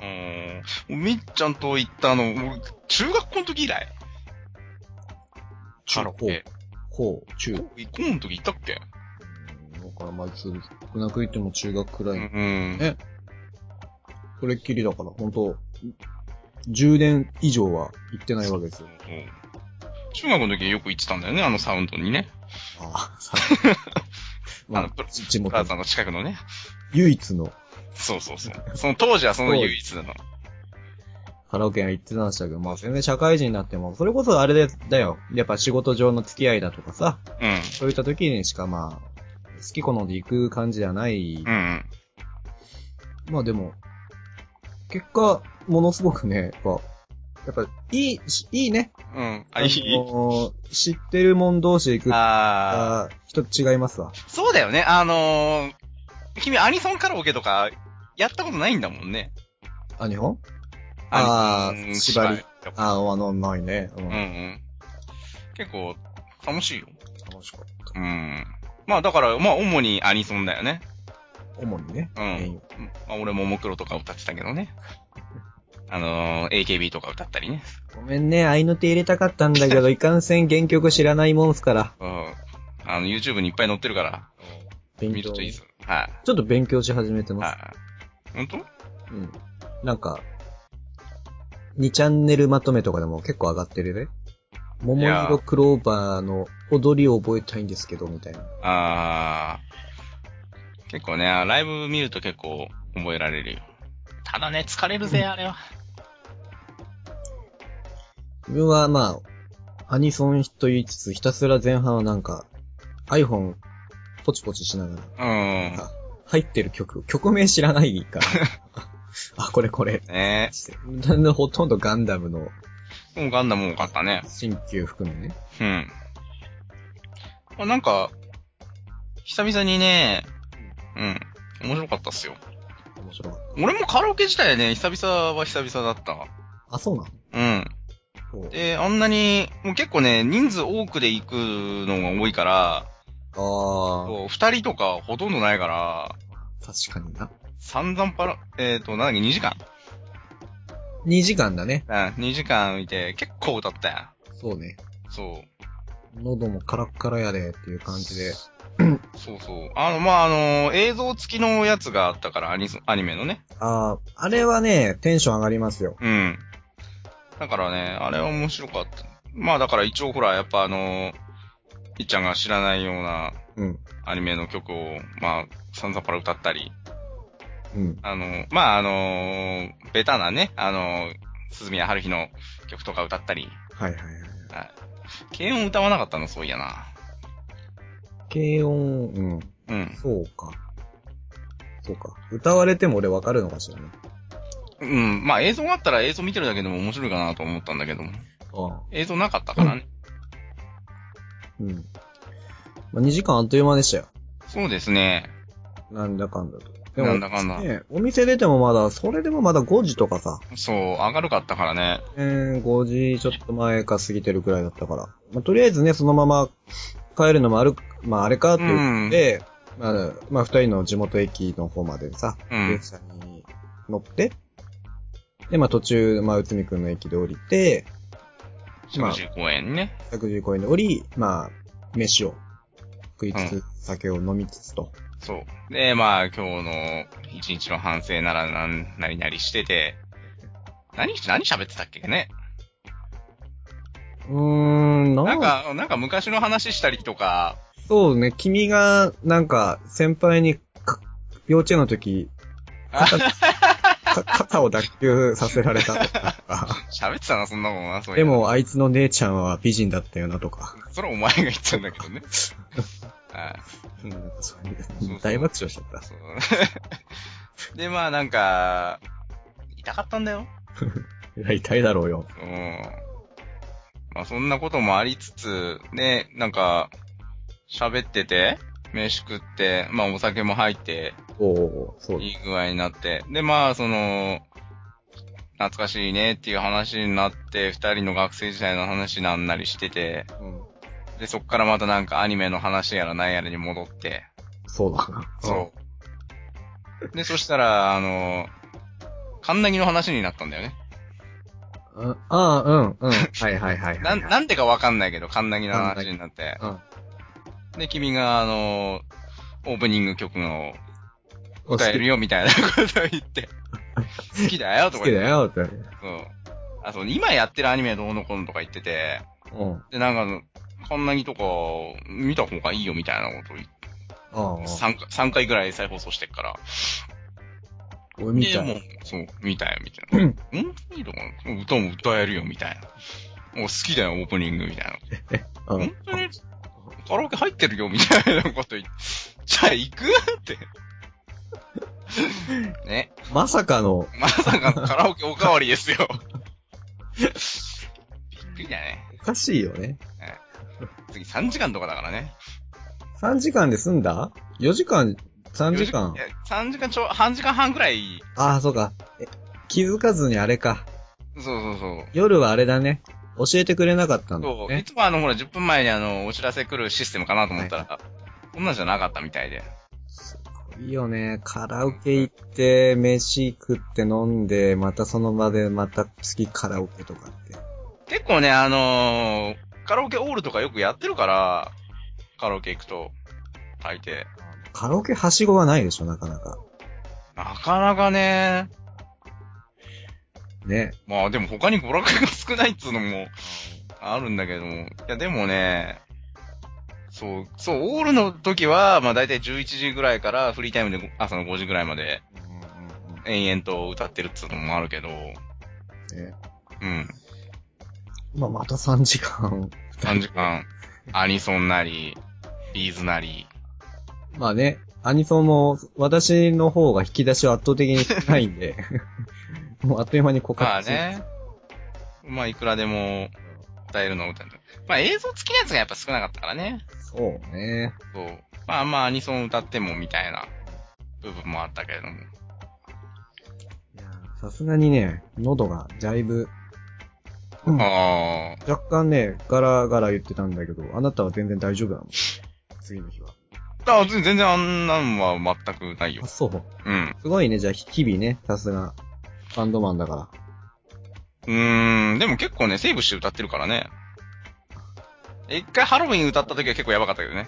Speaker 2: ん。みっちゃんと行ったの、俺中学校の時以来。
Speaker 1: 中
Speaker 2: カラオケ。
Speaker 1: 高、中。う
Speaker 2: 行こうの時行ったっけ
Speaker 1: んだからまあ、そう少なく言っても中学くら
Speaker 2: う
Speaker 1: い。
Speaker 2: ん。
Speaker 1: ねそれっきりだから、本当10年以上は行ってないわけですよ。
Speaker 2: そう中学の時よく行ってたんだよね、あのサウンドにね。
Speaker 1: あ あ、さ
Speaker 2: あ
Speaker 1: ま
Speaker 2: の
Speaker 1: あ、地地
Speaker 2: プラ
Speaker 1: 元
Speaker 2: ザ
Speaker 1: の
Speaker 2: の近くのね。
Speaker 1: 唯一の
Speaker 2: そうそうそう。その当時はその唯一の。
Speaker 1: カラオケ屋行ってたんだけど、まあ全然社会人になっても、それこそあれで、だよ。やっぱ仕事上の付き合いだとかさ、
Speaker 2: うん。
Speaker 1: そういった時にしかまあ、好き好んで行く感じじゃない。
Speaker 2: うんうん。
Speaker 1: まあでも、結果、ものすごくね、こう、やっぱ、いい、しいいね。
Speaker 2: うん。あ、いい
Speaker 1: あ。のー知ってるもん同士で行くっ
Speaker 2: ああ。
Speaker 1: た人違いますわ。
Speaker 2: そうだよね。あのー、君アニソンカラオケとか、やったことないんだもんね。
Speaker 1: あ、日本
Speaker 2: ア
Speaker 1: あー
Speaker 2: ニソン
Speaker 1: 縛り
Speaker 2: とか。
Speaker 1: あ、あの、ないね。うん
Speaker 2: うんうん。結構、楽しいよ。
Speaker 1: 楽しかっ
Speaker 2: うん。まあだから、まあ主にアニソンだよね。
Speaker 1: た。主にね。
Speaker 2: う
Speaker 1: メイ
Speaker 2: ん
Speaker 1: ン。
Speaker 2: まあ俺ももクロとか歌ってたけどね。あのー、AKB とか歌ったりね。
Speaker 1: ごめんね、愛の手入れたかったんだけど、いかんせん原曲知らないもんすから。
Speaker 2: うん。あの、YouTube にいっぱい載ってるから、見
Speaker 1: 勉
Speaker 2: る
Speaker 1: 強。
Speaker 2: といいで
Speaker 1: ち
Speaker 2: す。はい、
Speaker 1: ょっと勉強し始めてます。
Speaker 2: はい、本当
Speaker 1: うん。なんか、2チャンネルまとめとかでも結構上がってるね。桃色クローバーの踊りを覚えたいんですけど、みたいな。
Speaker 2: あー。結構ね、ライブ見ると結構覚えられるよ。ただね、疲れるぜ、あれは。
Speaker 1: 自分はまあ、アニソンと言いつつ、ひたすら前半はなんか、iPhone ポチポチしながら、
Speaker 2: うん。
Speaker 1: 入ってる曲、曲名知らない から、あ、これこれ。
Speaker 2: ね
Speaker 1: だんだんほとんどガンダムの
Speaker 2: え。もうガンダム多かったね。
Speaker 1: 新旧含めね。
Speaker 2: うん。まあ、なんか、久々にね、うん。面白かったっすよ。
Speaker 1: 面白かっ
Speaker 2: 俺もカラオケ自体ね、久々は久々だった。
Speaker 1: た。あ、そうなの
Speaker 2: うん。
Speaker 1: そう
Speaker 2: で、あんなに、もう結構ね、人数多くで行くのが多いから、
Speaker 1: あ
Speaker 2: こう二人とかほとんどないから、
Speaker 1: あ、確かにな。
Speaker 2: 散々パラ、えっ、と、なんだっけ、2時間
Speaker 1: 2時間だね。
Speaker 2: うん、2時間いて、結構歌ったや
Speaker 1: そうね。
Speaker 2: ん。そう。
Speaker 1: 喉もカラッカラやでっていう感じで。
Speaker 2: そうそう。あの、まあ、あの、映像付きのやつがあったから、アニソアニメのね。
Speaker 1: ああ、あれはね、テンション上がりますよ。
Speaker 2: うん。だからね、あれは面白かった。まあだから一応ほら、やっぱあの、いっちゃんが知らないような
Speaker 1: うん。
Speaker 2: アニメの曲を、まあ、散々パラ歌ったり、
Speaker 1: うん。
Speaker 2: あの、まああの、ベタなね、あの、鈴宮春日の曲とか歌ったり、
Speaker 1: はいはいはい。
Speaker 2: 軽音歌わなかったの、そういやな。
Speaker 1: 軽音、うん。
Speaker 2: うん。
Speaker 1: そうか。そうか。歌われても俺わかるのかしらね。
Speaker 2: うん。まあ映像があったら映像見てるだけでも面白いかなと思ったんだけども。
Speaker 1: ああ。
Speaker 2: 映像なかったからね。
Speaker 1: うん。まあ、2時間あっという間でしたよ。
Speaker 2: そうですね。
Speaker 1: なんだかんだと。
Speaker 2: なんだかんだ
Speaker 1: ね、お店出てもまだ、それでもまだ5時とかさ、
Speaker 2: そう、明るかったからね。
Speaker 1: えー、5時ちょっと前か過ぎてるくらいだったから。まあ、とりあえずね、そのまま帰るのもある、まああれかって言って、まあ、まあ二人の地元駅の方までさ、
Speaker 2: うん
Speaker 1: 電車に乗って、で、まあ途中、まあ内海くんの駅で降りて、ま
Speaker 2: 食
Speaker 1: あ
Speaker 2: 事公園ね。
Speaker 1: 百十公園で降り、まあ、飯を食いつつ、酒を飲みつつと。
Speaker 2: そう。で、まあ、今日の一日の反省ならなん、なりなりしてて、何、何喋ってたっけね。
Speaker 1: うーん、
Speaker 2: なんか、なんか昔の話したりとか、
Speaker 1: そうね、君が、なんか、先輩にか、幼稚園の時、 肩か肩を脱臼させられたと か、
Speaker 2: 喋ってたな、そんなもんな、そうい
Speaker 1: で
Speaker 2: うの。
Speaker 1: も、あいつの姉ちゃんは美人だったよなとか、
Speaker 2: それはお前が言ったんだ けどね。あ
Speaker 1: うんなんかそういう
Speaker 2: そうそう
Speaker 1: 大爆笑しちゃった。
Speaker 2: そう。 で、まあ、なんか、痛かったんだよ。
Speaker 1: いや、痛いだろうよ。
Speaker 2: うん。まあそんなこともありつつ、ね、なんか、喋ってて、飯食って、まあお酒も入って、
Speaker 1: おうおうおうそう
Speaker 2: いい具合になって、でまあその、懐かしいねっていう話になって、二人の学生時代の話なんなりしてて、
Speaker 1: うん
Speaker 2: でそっからまたなんかアニメの話やらなんやらに戻って、
Speaker 1: そうだな。
Speaker 2: そう。で、そしたら、あの、カンナギの話になったんだよね。
Speaker 1: うん。ああ、うん、うん。はいはいはい
Speaker 2: な
Speaker 1: はい
Speaker 2: ん、
Speaker 1: はい。
Speaker 2: なんでかわかんないけど、カンナギの話になって。
Speaker 1: うん
Speaker 2: で、君が、あのー、オープニング曲の歌えるよみたいなことを言って、好きだよと
Speaker 1: 好
Speaker 2: か
Speaker 1: き
Speaker 2: 言って、
Speaker 1: だよって。
Speaker 2: そう。あ、そう、今やってるアニメどうのこうのとか言ってて、
Speaker 1: うん。
Speaker 2: で、なんかあの、こんなにとか、見た方がいいよみたいなことを言って、
Speaker 1: ああ、
Speaker 2: 3, 3回ぐらい再放送してっから。
Speaker 1: 俺みた
Speaker 2: で、もう
Speaker 1: い。、
Speaker 2: そう、見たよ、みたいな。うんいいのかな歌も歌えるよ、みたいな。もう好きだよ、オープニング、みたいな。
Speaker 1: う
Speaker 2: 本
Speaker 1: ん。
Speaker 2: 当にカラオケ入ってるよみたいなこと言って、 じゃあ行くって。 ね。
Speaker 1: まさかの、
Speaker 2: まさかのカラオケおかわりですよ。 びっくりだね。
Speaker 1: おかしいよね。
Speaker 2: 次3時間とかだからね。
Speaker 1: 3時間で済んだ ?4 時間、3時間
Speaker 2: い。や3時間ちょ、半時間半くらい。
Speaker 1: ああ、そうか。え気づかずにあれか。
Speaker 2: そうそうそう。
Speaker 1: 夜はあれだね。教えてくれなかったんだ
Speaker 2: そう、い
Speaker 1: ね。
Speaker 2: つもあの、ほら、10分前にあの、お知らせ来るシステムかなと思ったら、こんなんじゃなかったみたいで。
Speaker 1: いいよね。カラオケ行って、飯食って飲んで、またその場でまた次カラオケとかって。
Speaker 2: 結構ね、あのーカラオケオールとかよくやってるから、カラオケ行くと、大抵。
Speaker 1: カラオケはしごはないでしょ、なかなか。
Speaker 2: なかなかね、
Speaker 1: ね。
Speaker 2: まあでも他に娯楽が少ないっつうのもあるんだけども。いやでもね、そう、そう、オールの時は、まあ大体11時ぐらいからフリータイムで朝の5時ぐらいまで延々と歌ってるっつうのもあるけど、
Speaker 1: ね
Speaker 2: うん。
Speaker 1: まあ、また3時間。
Speaker 2: 3時間、アニソンなり、ビーズなり、
Speaker 1: まあね、アニソンも私の方が引き出しは圧倒的に少ないん で、もうあっという間に枯
Speaker 2: まあ
Speaker 1: 渇する。
Speaker 2: ね。まあ、いくらでも歌えるの歌えるの。まあ、映像付きのやつがやっぱ少なかったからね。
Speaker 1: そうね。
Speaker 2: そう。まあまあ、アニソン歌ってもみたいな部分もあったけれども。
Speaker 1: いやさすがにね、喉がだいぶ、うん
Speaker 2: ああ。
Speaker 1: 若干ね、ガラガラ言ってたんだけど、あなたは全然大丈夫なの次の日は。
Speaker 2: あ全全然あんなんは全くないよ
Speaker 1: あ、。そう。
Speaker 2: うん。
Speaker 1: すごいね、じゃあ日々ね、さすが、バンドマンだから。
Speaker 2: うーん、でも結構ね、セーブして歌ってるからね。一回ハロウィン歌った時は結構やばかったけ どね。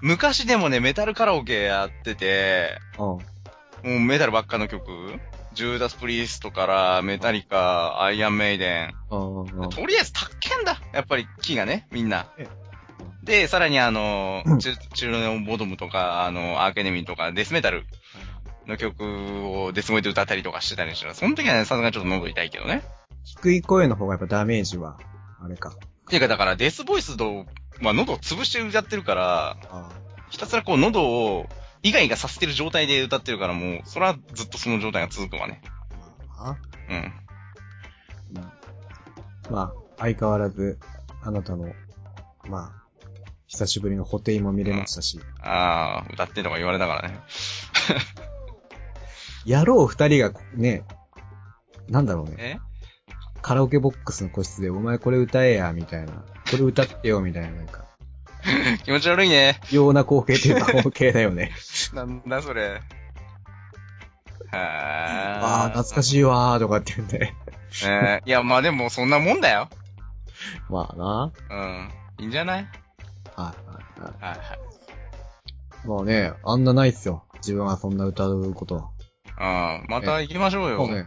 Speaker 2: 昔でもね、メタルカラオケやってて、
Speaker 1: うん。
Speaker 2: もうメタルばっかの曲ジューダス・プリーストから、メタリカ、アイアン・メイデン。
Speaker 1: うんうんうん。
Speaker 2: とりあえず、たっけんだやっぱり、キーがね、みんな
Speaker 1: ええ。
Speaker 2: で、さらにあの、チュチュルネオン・ボドムとか、あの、アーケネミンとか、デスメタルの曲をデスボイで歌ったりとかしてたりしたら、その時はね、さすがにちょっと喉痛いけどね。
Speaker 1: 低い声の方がやっぱダメージは、あれか。
Speaker 2: っていうか、だから、デスボイスと、まあ、喉を潰して歌ってるから、
Speaker 1: あ
Speaker 2: ひたすらこう、喉を、イガイガさせてる状態で歌ってるから、もう、それはずっとその状態が続くわね。
Speaker 1: あ。まあ、
Speaker 2: うん。
Speaker 1: うんまあ、相変わらず、あなたの、まあ、久しぶりの補填も見れましたし、
Speaker 2: ああ、歌ってとか言われたからね。
Speaker 1: 野郎二人がね、なんだろうね、
Speaker 2: え
Speaker 1: カラオケボックスの個室で、お前これ歌えや、みたいな、これ歌ってよ、みたいな、なんか、
Speaker 2: 気持ち悪いね。
Speaker 1: 異様な光景というか光景だよね。
Speaker 2: なんだそれ。は
Speaker 1: ああ、
Speaker 2: あ。
Speaker 1: 懐かしいわー、とかって言うんで。
Speaker 2: い。ね、いや、まあでも、そんなもんだよ。
Speaker 1: まあな。
Speaker 2: うん。いいんじゃない
Speaker 1: はいはいは
Speaker 2: はいはい。
Speaker 1: い。もうね、あんなないっすよ。自分がそんな歌うことは。
Speaker 2: うん。また行きましょうよ。
Speaker 1: そうね。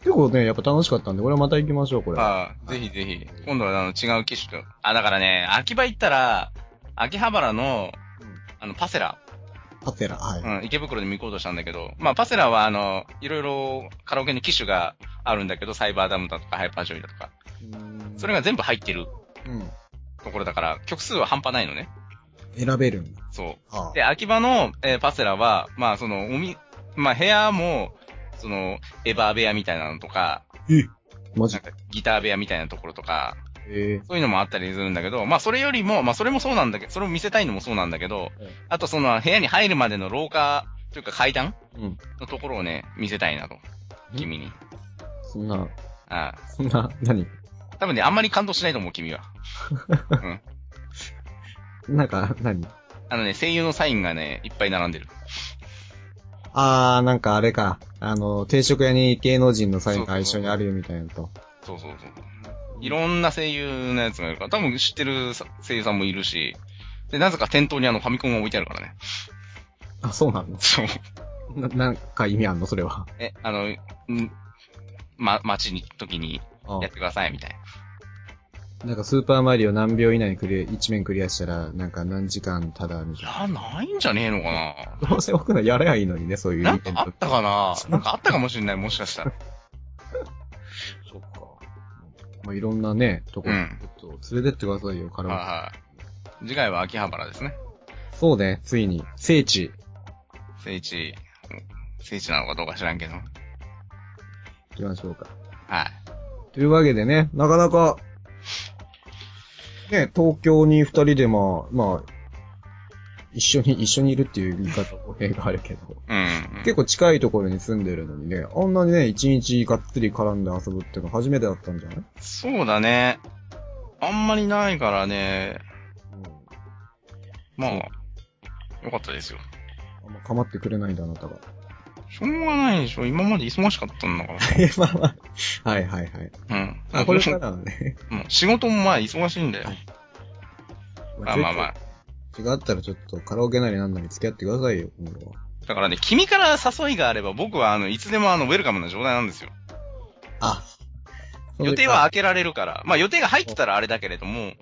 Speaker 1: 結構ね、やっぱ楽しかったんで、これはまた行きましょう、これ。
Speaker 2: はい。ぜひぜひ。今度はあの違う機種と。あ、だからね、秋葉行ったら、秋葉原の、
Speaker 1: うん
Speaker 2: あの、パセラ。。
Speaker 1: パテラ、はいう
Speaker 2: ん、池袋でも行こうとしたんだけど、まあ、パセラはあの、いろいろカラオケの機種があるんだけど、サイバーダムだとか、ハイパージョイだとか。それ
Speaker 1: が、
Speaker 2: が全部入ってる
Speaker 1: うん。
Speaker 2: ところだから、曲数は半端ないのね。
Speaker 1: 選べるんだ。
Speaker 2: そう。
Speaker 1: ああ
Speaker 2: で、秋葉の、えーパセラは、まあ、その、おみ、まあ、部屋も、その、エバー部屋みたいなのとか、
Speaker 1: えマジ
Speaker 2: なんかギター部屋みたいなところとか、
Speaker 1: え
Speaker 2: そういうのもあったりするんだけど、まあ、それよりも、まあ、それもそうなんだけど、それを見せたいのもそうなんだけど
Speaker 1: うん、
Speaker 2: あとその、部屋に入るまでの廊下、というか階段
Speaker 1: えうん。
Speaker 2: のところをね、見せたいなと。
Speaker 1: うん
Speaker 2: 君に。
Speaker 1: そんな、
Speaker 2: ああ。
Speaker 1: そんな、何
Speaker 2: 多分ね、あんまり感動しないと思う、君は。うん。
Speaker 1: なんか、何
Speaker 2: あのね、声優のサインがね、いっぱい並んでる。
Speaker 1: あー、なんかあれか。あの、定食屋に芸能人のサインが一緒にあるよみたいなと。
Speaker 2: そうそうそう。いろんな声優のやつがいるから、多分知ってるさ声優さんもいるし、で、なぜか店頭にあのファミコンが置いてあるからね。
Speaker 1: あ、そうなの
Speaker 2: そう。
Speaker 1: な、なんか意味あんのそれは。
Speaker 2: え、あの、ん、ま、待ちに、時に
Speaker 1: あ
Speaker 2: やってください、みたいな。
Speaker 1: なんかスーパーマリオ何秒以内にクリア、一面クリアしたら、なんか何時間ただみ
Speaker 2: い
Speaker 1: たい
Speaker 2: や、ないんじゃねえのか
Speaker 1: な。どうせ僕のやればいいのにね、そういう
Speaker 2: なな
Speaker 1: イ
Speaker 2: ん
Speaker 1: ベ
Speaker 2: か
Speaker 1: ン
Speaker 2: あ
Speaker 1: ト
Speaker 2: っ。たかななんかあったかもしれない、もしかしたら。
Speaker 1: そっか。まあ、いろんなね、とこ、
Speaker 2: うん
Speaker 1: ちょっと連れてってくださいよ、カ
Speaker 2: はい
Speaker 1: ラ
Speaker 2: はい。次回は秋葉原ですね。
Speaker 1: オケ。そうね、ついに。聖地。
Speaker 2: 聖地、聖地なのかどうか知らんけど。はい。
Speaker 1: 行きましょうか。というわけでね、なかなか、ね、東京に二人でまあ、まあ、一緒に、一緒にいるっていう言い方語弊があるけど、
Speaker 2: うん。
Speaker 1: 結構近いところに住んでるのにね、あんなにね、一日がっつり絡んで遊ぶっていうの初めてだったんじゃない
Speaker 2: そうだね。あんまりないからね。
Speaker 1: うん
Speaker 2: まあ、よかったですよ。
Speaker 1: あんま構ってくれないんだ、あなたが。
Speaker 2: しょうがないでしょ。今まで忙しかったんだか
Speaker 1: まあまあ。はいはいはい。
Speaker 2: ら。うん。
Speaker 1: あ、これからは ね。
Speaker 2: うん仕事もまあ忙しいんだよ。まあまあまあ。
Speaker 1: 違ったらちょっとカラオケなりなんなり付き合ってくださいよ、今後は。
Speaker 2: だからね、君から誘いがあれば僕はあの、いつでもあの、ウェルカムな状態なんですよ。
Speaker 1: あ。
Speaker 2: 予定は開けられるから。まあ予定が入ってたらあれだけれども、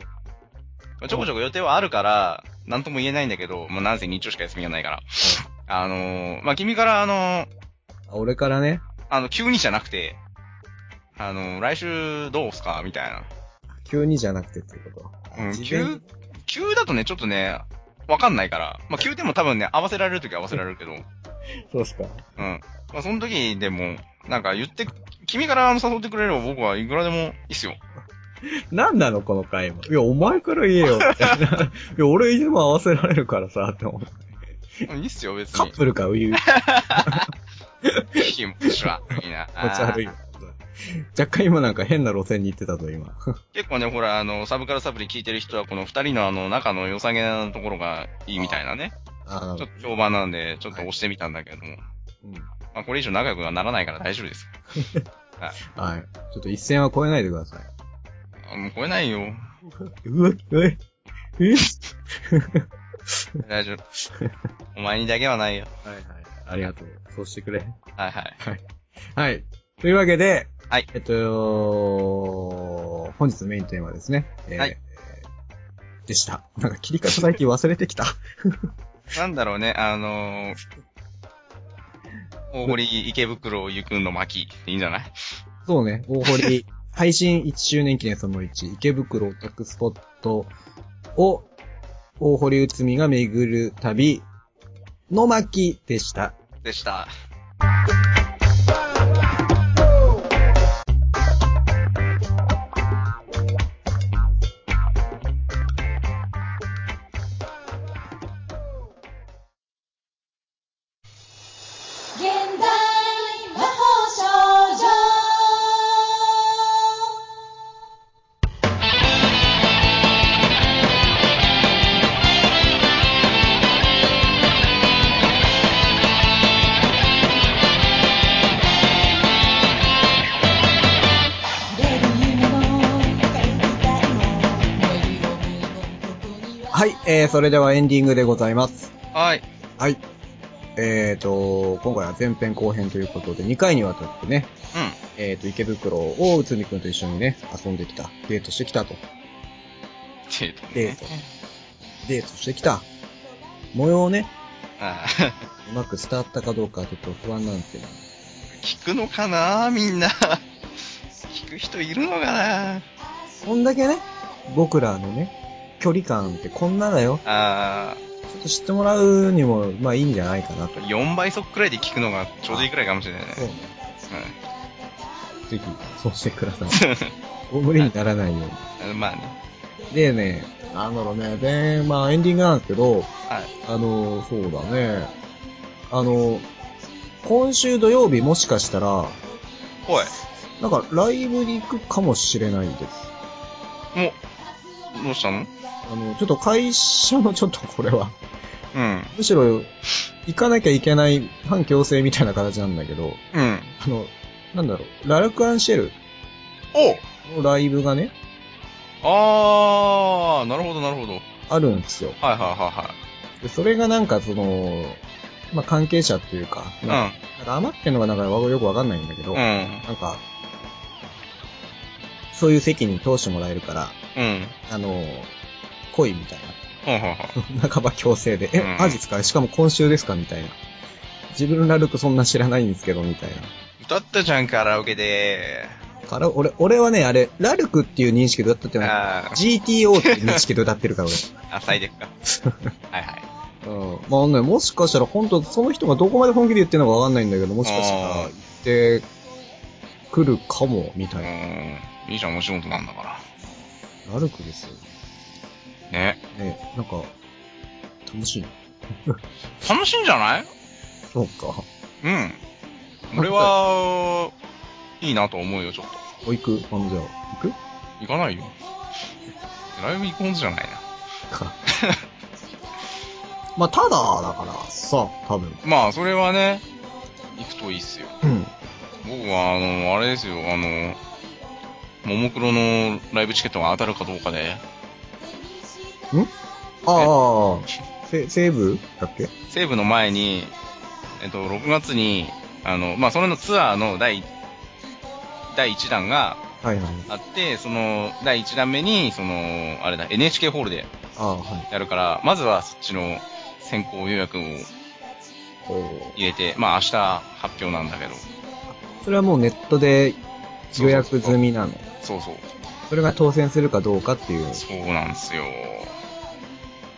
Speaker 2: まあちょこちょこ予定はあるから、なんとも言えないんだけど、まあなんせ日曜しか休みがないから。あのー、まあ君からあの
Speaker 1: あ、
Speaker 2: ー、
Speaker 1: 俺からね。
Speaker 2: あの、急にじゃなくて、あのー、来週どうすかみたいな。
Speaker 1: 急にじゃなくてっていうこと。
Speaker 2: うん
Speaker 1: 事前に
Speaker 2: 急急だとね、ちょっとね、わかんないから。まあ、急でも多分ね、合わせられるとき合わせられるけど。うん。
Speaker 1: そうですか。
Speaker 2: まあ、その時でも、なんか言って、君から誘ってくれれば僕はいくらでもいいっすよ。
Speaker 1: なんなのこの会話。いや、お前から言えよ。みたいないや、俺でも合わせられるからさ、って思って。
Speaker 2: いいっすよ、別
Speaker 1: カ
Speaker 2: に
Speaker 1: ッ。プルか、いう。
Speaker 2: 気持ち悪いな。
Speaker 1: 気持ち悪い。若干今なんか変な路線に行ってたぞ、今。
Speaker 2: 結構ね、ほら、あの、サブからサブで聞いてる人は、この二人のあの、仲の良さげなところがいいみたいなね。
Speaker 1: あ
Speaker 2: ちょっと評判なんで、ちょっと押してみたんだけども。
Speaker 1: うん
Speaker 2: まあ、これ以上仲良くはならないから大丈夫です。
Speaker 1: はい。ちょっと一線は超えないでください。
Speaker 2: あもう超えないよ。
Speaker 1: うわ、うわ、え
Speaker 2: 大 丈夫。お前にだけはないよ。
Speaker 1: はいはい。ありがとう。そうしてくれ。
Speaker 2: はいはい。
Speaker 1: はい。というわけで、
Speaker 2: はい。
Speaker 1: えっと、本日のメインテーマですね。えー
Speaker 2: はい。
Speaker 1: でした。なんか切り方最近忘れてきた。
Speaker 2: なんだろうね、あのー、大堀池袋行くの巻いいんじゃない
Speaker 1: そうね、大 堀、配信1周年記念その1、池袋オタクスポットを、大堀内海が巡る旅の巻でした。
Speaker 2: でした。
Speaker 3: 現代魔法少女
Speaker 1: はい、えー、それではエンディングでございます。
Speaker 2: はい。
Speaker 1: はい。えーと、今回は前編後編ということで、2回にわたってね、
Speaker 2: う
Speaker 1: えーと、池袋を内海くんと一緒にね、遊んできた。デートしてきたと。
Speaker 2: ん。っていうとこ
Speaker 1: デー
Speaker 2: ね
Speaker 1: ト。。デートしてきた。模様をね、
Speaker 2: ああ
Speaker 1: うまく伝わったかどうかちょっと不安なんていうのは
Speaker 2: 聞くのかなみんな。 聞く人いるのかな
Speaker 1: こんだけね、僕らのね、距離感ってこんなだよ。
Speaker 2: あ
Speaker 1: ちょっと知ってもらうにも、まあいいんじゃないかなと
Speaker 2: ー、。4倍速くらいで聞くのがちょうどいいくらいかもしれないね。
Speaker 1: そうね。ぜひ、そうしてください。ご無理にならないよう
Speaker 2: うんまあね。
Speaker 1: に。でね、なんだろうね、で、まあエンディングなんですけど、
Speaker 2: はい。
Speaker 1: あの、そうだね。あの、今週土曜日もしかしたら、
Speaker 2: おい。
Speaker 1: なんかライブに行くかもしれないです。
Speaker 2: もう、どうしたの
Speaker 1: あの、ちょっと会社のちょっとこれは、
Speaker 2: うん。
Speaker 1: むしろ、行かなきゃいけない反強制みたいな形なんだけど、
Speaker 2: うん。
Speaker 1: あの、なんだろう、ラルクアンシェル
Speaker 2: おう
Speaker 1: のライブがね、
Speaker 2: あー、なるほど、なるほど。はい
Speaker 1: あるんですよ。
Speaker 2: はいは
Speaker 1: で、それがなんかその、まあ、関係者っていうか、
Speaker 2: い
Speaker 1: な
Speaker 2: は
Speaker 1: なんか余ってんのがなんかよくわかんないんだけど、
Speaker 2: い。
Speaker 1: なん
Speaker 2: う
Speaker 1: か、そういう席に通してもらえるから、
Speaker 2: ん。うん。うん。
Speaker 1: あの、来いみたい
Speaker 2: はいはいはい。
Speaker 1: な。 半ば強制で、え、
Speaker 2: うん
Speaker 1: マジですかしかも今週ですかみたいな。自分のラルクそんな知らないんですけど、みたいな。
Speaker 2: 歌ったじゃん、カラオケで。
Speaker 1: から、俺、俺はね、あれ、ラルクっていう認識で歌ったってない。
Speaker 2: あ
Speaker 1: GTO っていう認識で歌ってるから、
Speaker 2: ー、あ、サイデックか。はいはい。
Speaker 1: 俺。うん。まあね、もしかしたら、本当その人がどこまで本気で言ってるのかわかんないんだけど、もしかしたら、
Speaker 2: あー
Speaker 1: 行って、くるかも、みたいな。
Speaker 2: うん。いいじゃん、お仕事なんだか
Speaker 1: ラルクですよ。
Speaker 2: ら。ね。
Speaker 1: ね、なんか、楽しい。
Speaker 2: 楽しいんじゃない
Speaker 1: そうか。
Speaker 2: うん。俺は、いいなと思うよ、ちょっと。
Speaker 1: お、行くあの、じゃあ、行く
Speaker 2: 行かないよ。ライブ行くもんじゃない な。
Speaker 1: か。まあ、ただ、だから、さ、多分。
Speaker 2: まあ、それはね、行くといいっすよ。
Speaker 1: うん。
Speaker 2: 僕は、あの、あれですよ、あの、ももクロのライブチケットが当たるかどうかで、
Speaker 1: ああ、せ、西武だっけ
Speaker 2: 西武の前に、えっと、6月に、あの、まあ、それのツアーの第、第1弾が
Speaker 1: はいはい。
Speaker 2: あって、その、第1弾目に、その、あれだ、NHK ホールで
Speaker 1: ああ、はい。
Speaker 2: やるから、まずはそっちの先行予約を
Speaker 1: おー
Speaker 2: 入れて、まあ、明日発表なんだけど、
Speaker 1: それはもうネットで予約済みなの。
Speaker 2: そうそう、
Speaker 1: それが当選するかどうかっていう。
Speaker 2: そうなんですよ。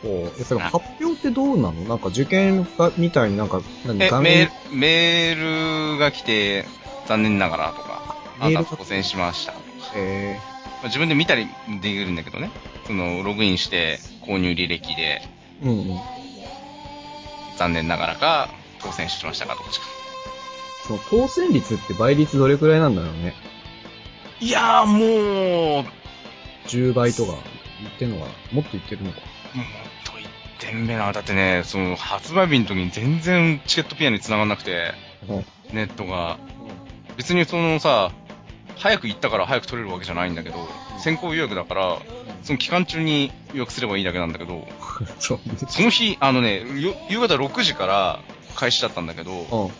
Speaker 1: おえそれ発表ってどうなのなんか受験がみたいになんか、何
Speaker 2: え、
Speaker 1: 画
Speaker 2: メ
Speaker 1: 面、
Speaker 2: ール、メールが来て、残念ながらとか、
Speaker 1: メ
Speaker 2: あ
Speaker 1: ール
Speaker 2: な
Speaker 1: が
Speaker 2: た当選しました。ま
Speaker 1: え
Speaker 2: あ自分で見たりできるんだけどね。その、ログインして、購入履歴で、
Speaker 1: ー、うんうん。
Speaker 2: 残念ながらか、当選しましたか、どっちか。
Speaker 1: その当選率って倍率どれくらいなんだろうね。
Speaker 2: いやー、もう、
Speaker 1: 10倍とか言ってんのかなもっと言ってるのか。
Speaker 2: もっと1点目な。だってね、その、発売日の時に全然チケットピアに繋がんなくて、
Speaker 1: うん
Speaker 2: ネットが。別にそのさ、早く行ったから早く取れるわけじゃないんだけど、先行予約だから、その期間中に予約すればいいだけなんだけど、
Speaker 1: そう
Speaker 2: その日、あのね、よ夕方6時から開始だったんだけど、
Speaker 1: うん。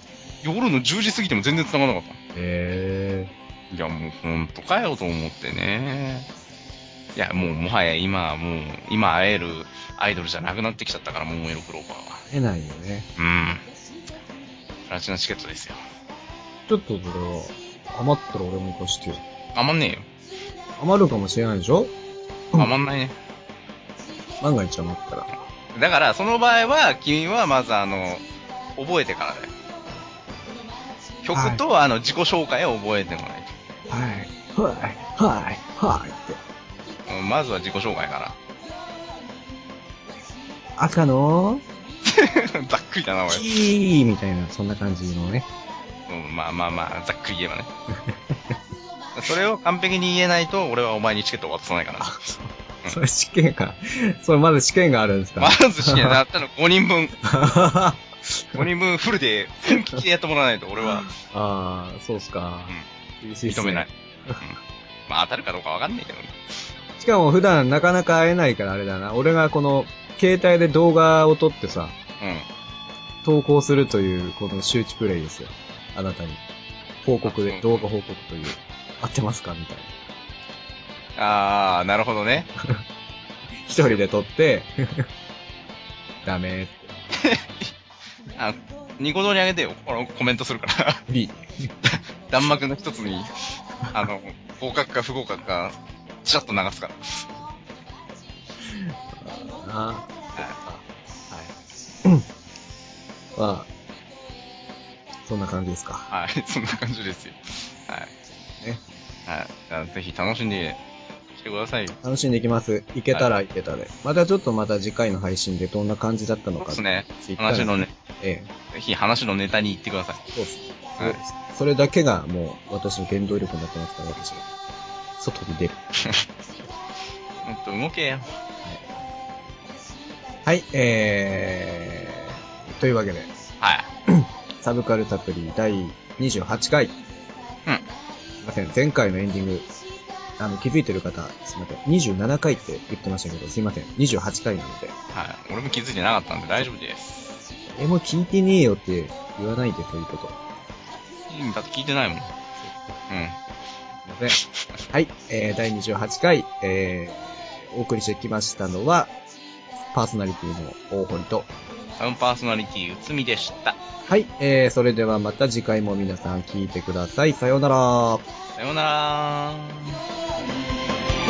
Speaker 2: 夜の10時過ぎても全然繋がらなかっ
Speaker 1: え
Speaker 2: た。いや、もう本当かよと思ってね。いや、もうもはや今、もう、今会えるアイドルじゃなくなってきちゃったから、ももいろクローバーは。
Speaker 1: ー、えないよね。
Speaker 2: うん。プラチナチケットですよ。
Speaker 1: ちょっとそれは、余ったら俺も行かしてよ。
Speaker 2: 余んね
Speaker 1: 余るかもしれないでしょ
Speaker 2: えよ。余んないね。
Speaker 1: 万が一余ったら。
Speaker 2: だから、その場合は、君はまずあの、覚えてからだよ。曲と、あの、自己紹介を覚えてもらい
Speaker 1: はい、はい、はい、はいって。
Speaker 2: たいうんまずは自己紹介から。
Speaker 1: 赤の
Speaker 2: ざっくりだな、おい。
Speaker 1: キーみたいな、そんな感じのね。
Speaker 2: うん、まあまあまあ、ざっくり言えばね。 それを完璧に言えないと、俺はお前にチケットを渡さないから。
Speaker 1: それ試験か。それまだ試験があるんですか
Speaker 2: まず試験だったの5人分、
Speaker 1: あ
Speaker 2: 5人分フルで、本気でやってもらわないと、俺は、
Speaker 1: あー、そうっすか。厳しいっす
Speaker 2: 認
Speaker 1: ね
Speaker 2: めない。。うんまあ当たるかどうかわかんないけどね。
Speaker 1: しかも普段なかなか会えないからあれだな。俺がこの、携帯で動画を撮ってさ、投稿するという、この周知プレイですよ。あなたに。報告
Speaker 2: あそ
Speaker 1: で、
Speaker 2: う
Speaker 1: 動画報告という。合ってますかみたいな。
Speaker 2: うん。ああ、なるほどね。
Speaker 1: 一人で撮って、 ダメって。
Speaker 2: あニコ動にあげてよ。このコメントするから。
Speaker 1: B。
Speaker 2: 弾幕の一つに、あの、合格か不合格か、ちらっと流すから。
Speaker 1: ああ、まあ、そんな感じですか。
Speaker 2: はい。はい。そんな感じですよ。はい。
Speaker 1: ね。
Speaker 2: はい。じゃあ、ぜひ楽しんで来てくださいよ。
Speaker 1: 楽しんでいきます。いけたらいけたで。またちょっとまた次回の配信でどんな感じだったの
Speaker 2: そう
Speaker 1: か。
Speaker 2: ですね。
Speaker 1: Twitter
Speaker 2: 話のね、
Speaker 1: え
Speaker 2: ぜひ話のネタに行ってください。
Speaker 1: え、そうっす。
Speaker 2: はい
Speaker 1: それだけがもう私の原動力になってますから、私は。外に出る。
Speaker 2: もっと動けよ。
Speaker 1: はい、えー、というわけで、
Speaker 2: はい。
Speaker 1: サブカルタプリ第28回。
Speaker 2: うん。
Speaker 1: すいません、前回のエンディング、あの、気づいてる方、すいません、27回って言ってましたけど、すいません、28回なので、
Speaker 2: はい。俺も気づいてなかったんで大丈夫です。
Speaker 1: え、もう聞いてねえよって言わないでということ。
Speaker 2: うんだって聞いてないもん。うん。
Speaker 1: すいません。はい、えー、第28回、えー、お送りしてきましたのは、パーソナリティの大堀と、
Speaker 2: サウンパーソナリティ、うつみでした。
Speaker 1: はい、えー、それではまた次回も皆さん聞いてください。さようなら。
Speaker 2: さようなら。
Speaker 3: 「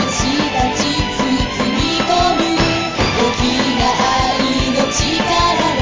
Speaker 3: 星がちつつみ込む」「大きな愛の力で」